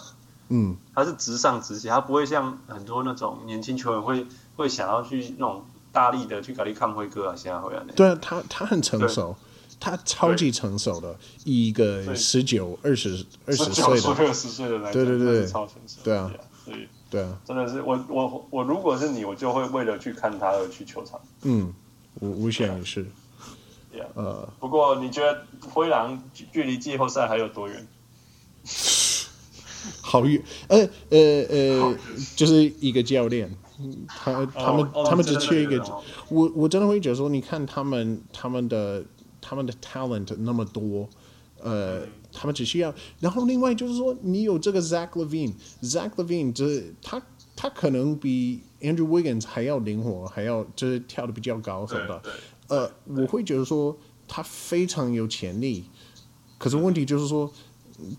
S4: 嗯，
S5: 他是直上直下，他不会像很多那种年轻球员会会想要去那种大力的去搞力抗辉哥啊，现在会啊，
S4: 对啊，他他很成熟，他超级成熟的，一个
S5: 对
S4: 十九、二十、二
S5: 十
S4: 十
S5: 九
S4: 岁
S5: 岁、
S4: 的，
S5: 二十岁的来讲，
S4: 对对对
S5: 真的是超成熟，
S4: 对啊，
S5: 所以
S4: 对啊，
S5: 真的是我我我如果是你，我就会为了去看他而去球场。
S4: 嗯，我我想也是，
S5: Yeah.
S4: 呃，
S5: 不过你觉得灰狼距距离季后赛还有多远？
S4: 好远，呃呃呃，就是一个教练，嗯他他们、
S5: 哦
S4: 他们
S5: 真
S4: 只
S5: 的
S4: 缺一个
S5: 觉得哦，
S4: 我我真的会觉得说，你看他们他们的他们的 talent 那么多，呃，他们只需要，然后另外就是说，你有这个 Zach Levine，Zach Levine 就是他他可能比 Andrew Wiggins 还要灵活，还要就是跳的比较高什么的，呃，我会觉得说他非常有潜力，可是问题就是说，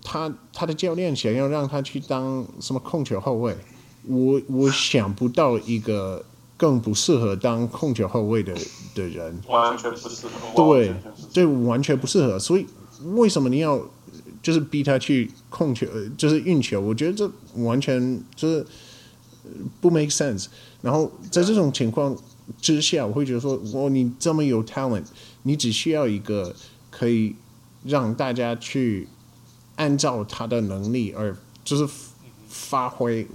S4: 他他的教练想要让他去当什么控球后卫，我我想不到一个更不适合当控球后卫的的人，
S5: 完全不适合。
S4: 对
S5: 完全不适合
S4: 对，完全不适合。所以为什么你要就是逼他去控球，呃就是运球？我觉得这完全就是呃不 make sense。然后在这种情况之下，我会觉得说，哦，你这么有 talent，你只需要一个可以让大家去按照他的能力而就是发挥。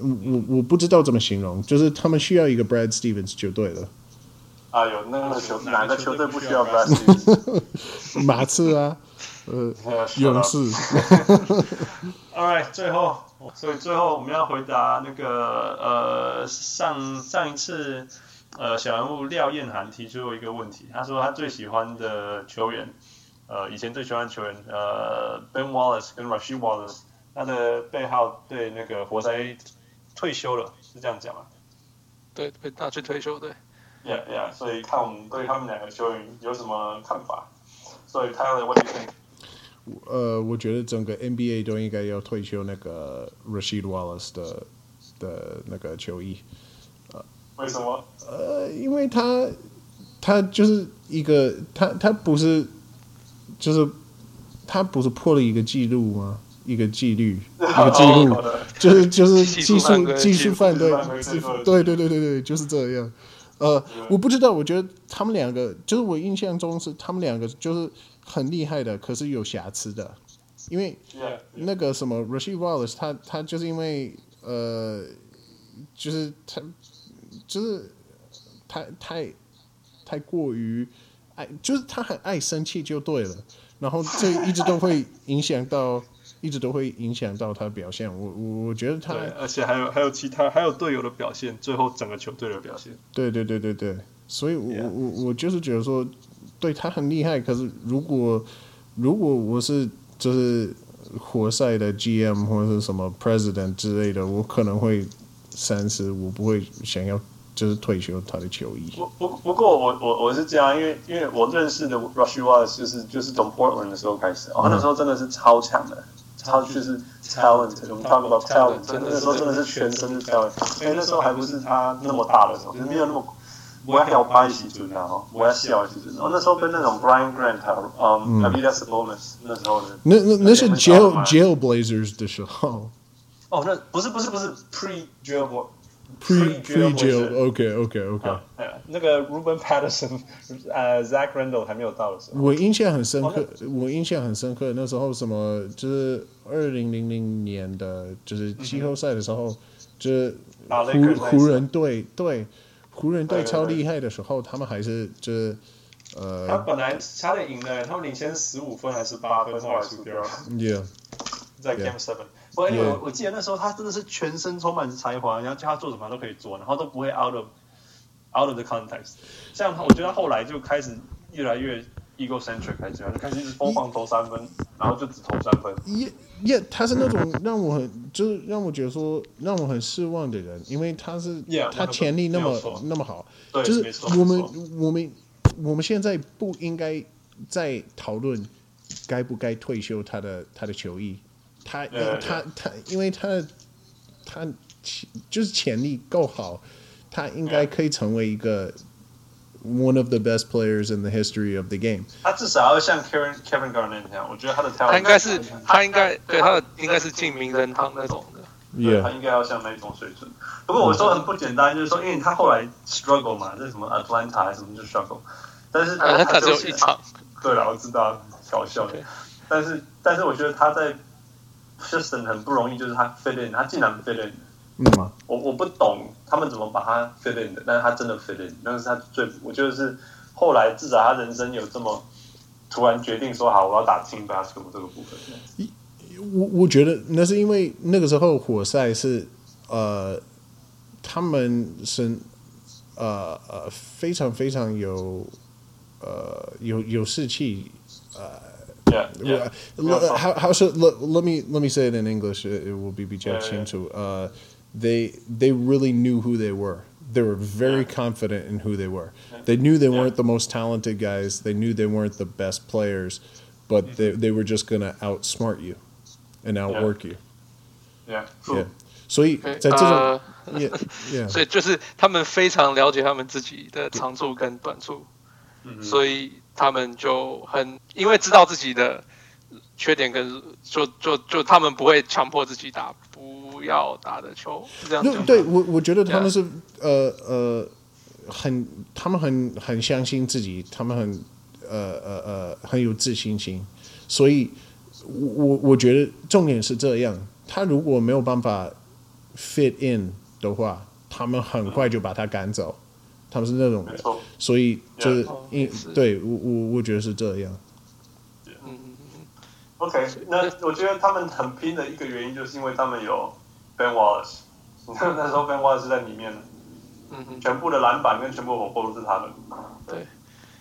S4: 我我我不知道怎么形容，就是他们需要一个 Brad Stevens 就对了，
S5: 哎呦，那个球哪个球队不需要 b
S1: 哪
S5: r a d s t e
S4: 马刺啊，呃， 勇士。
S5: All right，最后，所以最后我们要回答那个呃上上一次呃小人物廖燕涵提出了一个问题，他说他最喜欢的球员，呃以前最喜欢的球员呃 Ben Wallace 跟 Rashid Wallace，他的背号被那个活塞退休了，是这样讲吗？
S2: 对，被拿去退休，对，
S5: Yeah, yeah. 所以看我们对他们两个球员有什么看法。所以 Tyler, what do you think?
S4: 呃，我觉得整个 NBA 都应该要退休那个 Rashid Wallace 的的那个球衣，
S5: 为什么？
S4: 呃，因为他他就是一个他他不是就是他不是破了一个记录吗？一个纪律，一个记 录，就是就是技
S2: 技术
S4: 术
S2: 犯规
S4: 技术犯
S5: 技
S4: 规
S5: 术犯规，
S4: 技术
S5: 对
S4: 对对对对对，就是这样。呃，我不知道，我觉得他们两个，就是我印象中是他们两个就是很厉害的，可是有瑕疵的，因为
S5: Yeah,
S4: 那个什么 Rashid Wallace，他他就是因为呃，就是他就是太太太过于爱，就是他很爱生气就对了，然后这一直都会影响到，一直都会影响到他表现。我我我觉得他
S5: 对，啊而且还有还有其他还有队友的表现，最后整个球队的表现。
S4: 对对对对对，所以我
S5: Yeah.
S4: 我我就是觉得说，对他很厉害。可是如果如果我是就是活塞的 GM 或者是什么 President 之类的，我可能会三思，我不会想要就是退休他的球衣。
S5: 不不不过我我我是这样，因为因为我认识的 Rush Wallace 就是就是从 Portland 的时候开始，哦，那时候真的是超强的，超就是 talent，我们 talk about talent，
S2: 真的
S5: 那时候真的是全身是 talent，因为那时候还不是他那么大的时候，没有那么。我要摇摆时阵啊，哦我要笑时阵。然后那时候跟那种 Brian Grant 还有嗯 Adidas Bonus 那时候的
S4: 那那那是
S5: 那个
S4: Jail
S5: 嘛
S4: Jail Blazers 的时候，
S5: 哦，那不是不是不是 pre jailbreak Free
S4: pre pre
S5: jail
S4: jail，OK OK OK，、
S5: 啊，哎那个 Ruben Patterson，呃，Zach Randall 还没有到的时候，
S4: 我印象很深刻
S5: 哦，
S4: 我印象很深刻。那时候什么，就是二零零零年的，就是季后赛的时候，就是
S5: 嗯打雷克
S4: 湖
S5: 萨斯
S4: 湖人队对湖人队
S5: 对对
S4: 超厉害的时候，他们还是就是呃
S5: 他本来差点赢了，他们领先十五分还是八分，后来输 掉了。
S4: ，yeah，
S5: 在
S4: Yeah.
S5: Game Seven。我
S4: Yeah.
S5: 我我记得那时候他真的是全身充满才华，然后叫他做什么他都可以做，然后都不会 out of out of the context。这样他，我觉得他后来就开始越来越 egocentric，开始就开始一直疯狂投三分，然后就只投三分。
S4: 也也，他是那种让我很就是让我觉得说让我很失望的人，因为他是
S5: Yeah，
S4: 他
S5: 那个
S4: 潜力那
S5: 没
S4: 么
S5: 有错
S4: 那么好，
S5: 对，
S4: 就
S5: 没
S4: 是
S5: 错，
S4: 我们
S5: 没错
S4: 我们我们现在不应该再讨论该不该退休他的他的球衣，他
S5: 对对
S4: 他他，因为他的他其就是潜力够好，他应
S5: 嗯
S4: 该可以成为一个 one of the best players in the history of the game。
S5: 他至少要像 Kevin Kevin Garnett 那样，我觉得他的 talent
S2: 他应该是他应该对
S5: 对
S2: 他
S5: 他
S2: 的应该是进名人堂那种的。
S5: 对他应该要像那种水准。不过我说很不简单，就是说，因为他后来 struggle 嘛，这什么 Atlanta 还是什么就 struggle，但是
S2: 啊，他只有
S5: 就是
S2: 一场，
S5: 对了，我知道，搞笑的
S2: 对。
S5: 但是，但是我觉得他在 Houston 很不容易，就是他 fit in，他竟然 fit in。
S4: 嗯，
S5: 我我不懂他们怎么把他 fit in 的，但是他真的 fit in，那是他最，我觉得是后来至少他人生有这么突然决定说好，我要打 team basketball 这个部分。
S4: 我我觉得那是因为那个时候活塞是呃，他们是呃呃非常非常有呃有有士气
S5: Yeah,
S4: Yeah.
S5: yeah.
S4: L- How, how should let, let me let me say it in English. It, it will be be
S5: Yeah, yeah.
S4: into. Uh, they they really knew who they were. They were very confident in who they were. They knew they
S5: Yeah.
S4: weren't the most talented guys. They knew they weren't the best players, but
S5: Mm-hmm.
S4: they, they were just going to outsmart you and outwork you.
S5: Yeah.
S4: Yeah. So he,
S2: 对
S4: that's
S2: 呃，
S4: yeah, yeah.
S2: 所以就是他们非常了解他们自己的长处跟短处，
S5: 嗯
S2: 所以他们就很因为知道自己的缺点跟就就就他们不会强迫自己打不要打的球，是这样
S4: 对
S2: 讲。
S4: 对，我我觉得他们是呃呃很，他们很很相信自己，他们很呃呃呃很有自信心，所以我我我觉得重点是这样，他如果没有办法 fit in 的话，他们很快就把他赶走，他们是那种
S5: 没
S4: 人，
S5: 错。
S4: 所以就是
S5: 对
S2: 哦
S4: 因
S2: 是
S4: 对我我我觉得是这样，
S2: 嗯，
S5: OK，那我觉得他们很拼的一个原因，就是因为他们有 Ben Wallace。你看那时候 Ben Wallace 在里面，
S2: 嗯嗯，
S5: 全部的篮板跟全部火锅都是他们。
S2: 对。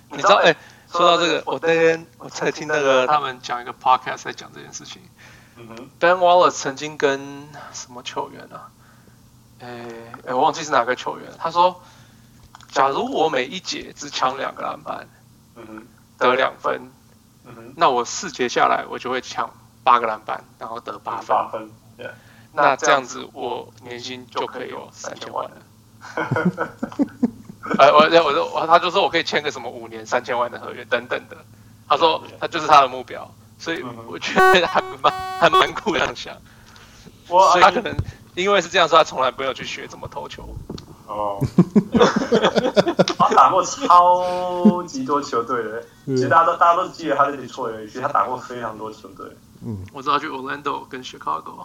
S2: 你知道哎、说到这个，我那天我在听那个他们讲一个 podcast 在讲这件事情。
S5: 嗯哼，
S2: Ben Wallace 曾经跟什么球员啊？诶、诶我忘记是哪个球员。他说，假如我每一节只抢两个篮板
S5: 嗯哼，
S2: 得两分，
S5: 嗯哼，
S2: 那我四节下来我就会抢八个篮板，然后得八分。
S5: 八分。Yeah，
S2: 那这样子我年薪就可以有三千万了。哎，我我说我他就说我可以签个什么五年三千万的合约等等的，他说他就是他的目标，所以我觉得还蛮还蛮酷这样想，
S5: 我
S2: 所以他可能因为是这样说，他从来没有去学怎么投球。
S5: 哦， 他打过超级多球队的，其实大家都大家都记得他在里错而已，其实他打过非常多球队。
S2: 我知道去 Orlando 跟 Chicago，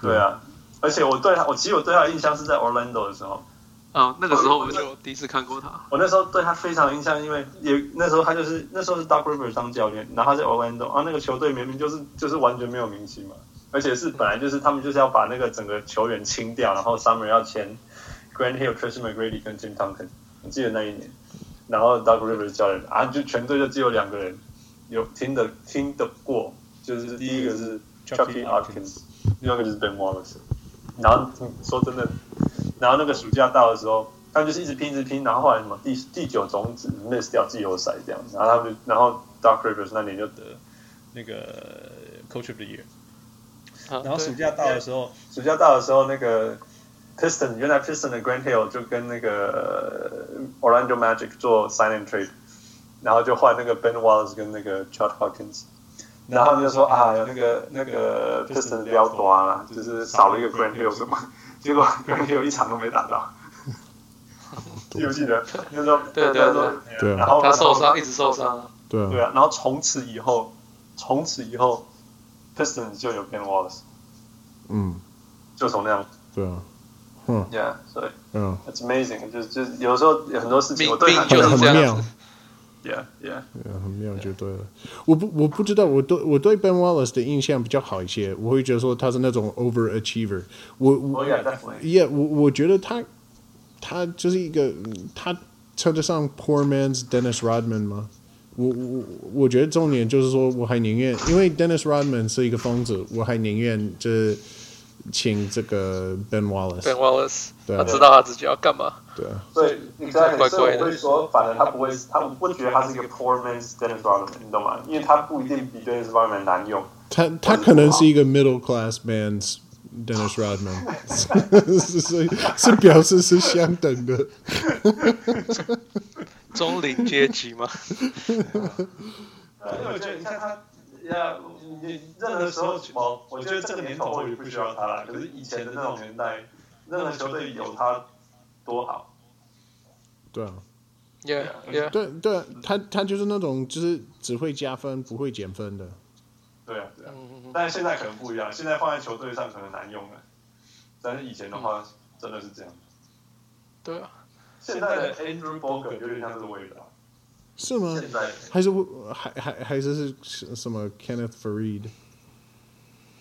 S5: 对啊，而且我对他，我其实我对他的印象是在 Orlando 的时候，
S2: 啊，那个时候我就第一次看过他。
S5: 我那时候对他非常有印象，因为也那时候他就是那时候是 Doc Rivers 当教练，然后他在 Orlando，然后那个球队明明就是就是完全没有明星嘛，而且是本来就是他们就是要把那个整个球员清掉，然后 Summer 要签 Grant Hill、Chris McGrady 跟 Jim Duncan，我记得那一年，然后 Doc Rivers 教练啊，就全队就只有两个人有听得听得过，就是第一个是 Chucky Hopkins，另外一个就是 Ben Wallace，然后嗯说真的，然后那个暑假到的时候，他们就是一直拼，一直拼，然后后来什么第第九种子 miss 掉季后赛这样，然后他们就然后 Doc Rivers 那年就得那个 Coach of the Year，
S2: 啊
S5: 然后暑
S2: 对
S5: 假到的时候，暑假到的时候，那个 Piston 原来 Piston 的 Grant Hill 就跟那个呃 Orlando Magic 做 sign and trade，然后就换那个 Ben Wallace 跟那个 Chad Hawkins，然后就说啊，那个那个 Piston 比较多了，就是少了一个 Grand Hill 什么，结果 Grand Hill 一场都没打到，记不记得？那时候
S2: 对对
S5: 那时候
S4: 对
S5: 然
S4: 啊，
S5: 后
S2: 他受伤，一直受伤，
S4: 对啊
S5: 对，啊，然后从此以后，从此以后 Piston 就有 Ben Wallace，
S4: 嗯，
S5: 就从那样
S4: 对啊，嗯，
S5: ，Yeah，所以
S4: 对啊，
S5: It's amazing，就就有时候有很多事情
S2: 命
S5: 我对他
S2: 命就
S4: 很
S2: 是这
S4: 妙
S2: 样子。
S5: ，Yeah Yeah，
S4: 对啊很妙就对了。我不我不知道，我对我对 Ben Wallace 的印象比较好一些，我会觉得说他是那种 overachiever。我我
S5: 哦 Yeah definitely，
S4: yeah，我我觉得他他就是一个嗯他称得上 poor man's Dennis Rodman 吗？我我我觉得重点就是说，我还宁愿因为 Dennis Rodman 是一个疯子，我还宁愿这请这个 Ben
S2: Ben
S4: Wallace，
S2: Wallace，
S4: 对
S2: 他
S4: 啊
S2: 知道他自己要干嘛。
S4: 对啊，
S5: 所以你在
S2: 怪怪的
S5: 所以我会说，反正他不会，他我不觉得他是一个 poor man's Dennis Rodman，你懂吗？因为他不一定比 Dennis Rodman 难用。
S4: 他他可能是一个 middle class man's Dennis Rodman，是是是表示是相等的，
S2: 中龄阶级嘛，
S5: 呃因为我觉得你看他，呀，你任何时候，我我觉得这个年头或许不需要他了，可是以前的那种年代，任何球队有他多好。
S4: 对啊。
S2: yeah yeah，
S4: 对对啊，他他就是那种就是只会加分不会减分的，
S5: 对啊，对啊。
S2: 嗯
S5: 但是现在可能不一样，现在放在球队上可能难用了，但是以前的话真的是这样。
S2: 对啊，
S5: 现在的 Andrew Bogut 有点像这个味道。
S4: 是吗？
S5: 现在
S4: 还是还还还是是什么 Kenneth Farid？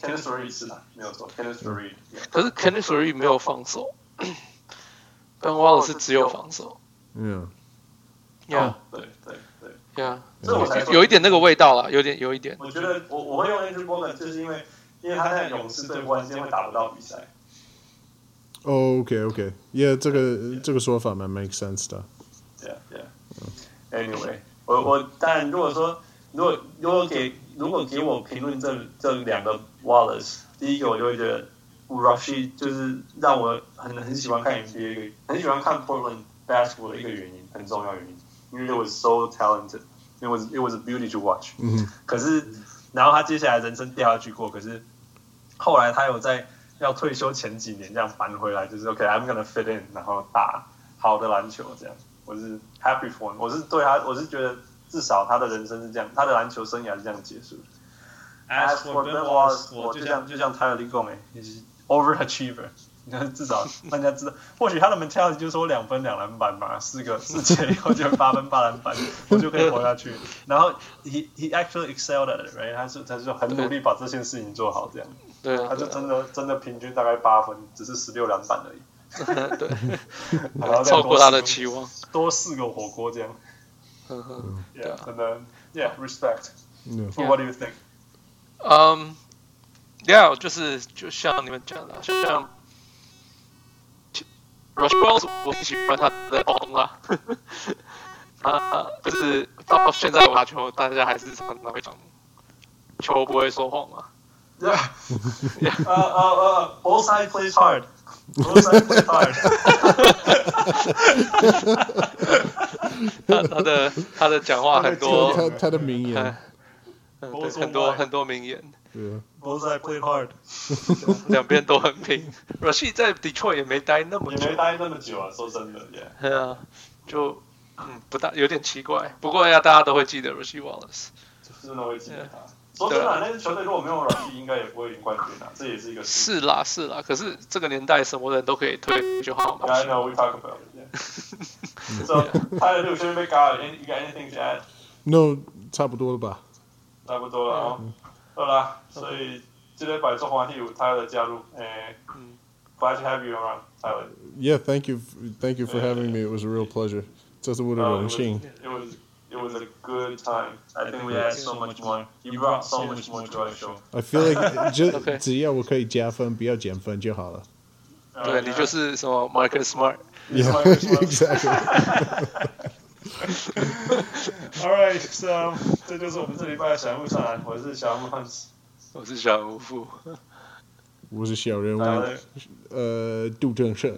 S5: Kenneth Reed 是他，没有错，Kenneth Reed。
S2: 可是 Kenneth Reed 没有防守，Ben Wallace 只有防守
S4: 嗯，哦
S2: ，yeah
S5: 对对对，
S2: yeah，
S5: 所以我才说
S2: 有一点那个味道啦，有点有一点，
S5: 我觉得我我会用 Andrew Bogut，就是因为因为他在勇士队忽然间会打不到比赛。
S4: OK OK，Yeah，、这个这个说法蛮 make sense 的。
S5: Yeah, yeah. Anyway，我我但如果说如果如果给如果给我评论这这两个 Wallace，第一个我就会觉得 Rushi 就是让我很很喜欢看 NBA，一个很喜欢看 Portland basketball 的一个原因，很重要原因，因为 it was so talented，it was it was a beauty to watch。
S4: 嗯哼，
S5: 可是，然后他接下来人生掉下去过，可是后来他有在要退休前几年这样搬回来，就是 OK，I'm、gonna fit in，然后打好的篮球这样。我是 happy for，him，我是对他，我是觉得至少他的人生是这样，他的篮球生涯是这样结束的。As for Ben Wallace，我就像就像泰勒利贡哎，也是 overachiever。你看，至少大家知道，或许他的 mentality 就是说两分两篮板嘛，四个四节以后就八分八 篮板，我就可以活下去。然后 he he actually excelled at it, right？他是他就很努力把这件事情做好，这样
S2: 对啊
S5: 他，就真的真的平均大概八分，只是十六篮板 而已，
S2: 对，
S5: 然后再
S2: 超过他的
S5: 多四
S2: 期望，
S5: 个多四个火锅这样。
S2: 嗯 哼，对
S5: Yeah，
S2: 啊
S5: 真的 yeah respect.
S4: 嗯
S5: For what do you think?
S2: 嗯，yeah，就是就像你们讲的，就像 Rush Wells，我很喜欢他的风啦。 啊，就是到现在我打球，大家还是常常会讲，球不会说谎嘛。
S5: Yeah. Uh, uh, uh, both side plays hard. Both side plays hard.
S2: 他他的他的讲话很多，
S4: 他他的名言
S2: 哎，嗯对很多很多名言，
S4: 对啊，
S5: Both side played hard.
S2: 两边都很拼。Rashid 在 Detroit 也没待那么
S5: 也
S2: 久
S5: 没，待那么久啊，说真的，Yeah。
S2: 对啊，就嗯不大有点奇怪。不过呀，大家都会记得 Rashid Wallace。
S5: 真的会记得他。说真的啊，那支球队如果没有软系，应该也不会赢冠军啊，这也是一个事。
S2: 是啦是啦，可是这个年代什么人都可以退就好嘛。
S5: I know we talk about it. Yeah. so 他的六圈被嘎了，you got anything to add？
S4: ，No，差不多了吧？
S5: 差不多了哦。好啦，所以今天百中华有他的加入，诶
S2: 嗯
S5: ，glad to have you around，泰勒。
S4: Yeah, thank you, thank you for having me. It was a real pleasure. 这是我的
S5: 呃
S4: 荣幸。
S5: It was it was a good time. I think we had so much more. You brought so much more to our show.
S4: I feel like 就
S2: Okay
S4: 只要我可以加分，不要减分就好了。
S2: 对你就是什么 Marcus Smart。
S4: Yeah, exactly.
S5: All right, so 这就是我们这礼拜的小人物上篮，我是小人物 Hans。
S2: 我是小人无父，
S4: 我是小人
S5: 好
S4: 物
S5: 嘞，
S4: 呃，杜正胜。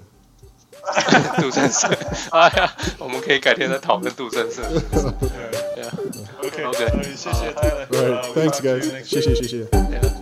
S2: 杜振胜。哎呀，我们可以改天再讨论杜振胜。
S5: 对
S2: Yeah
S5: OK，
S2: OK，
S3: 谢谢 t y
S4: All right, thanks guys，谢谢谢谢。
S2: yeah.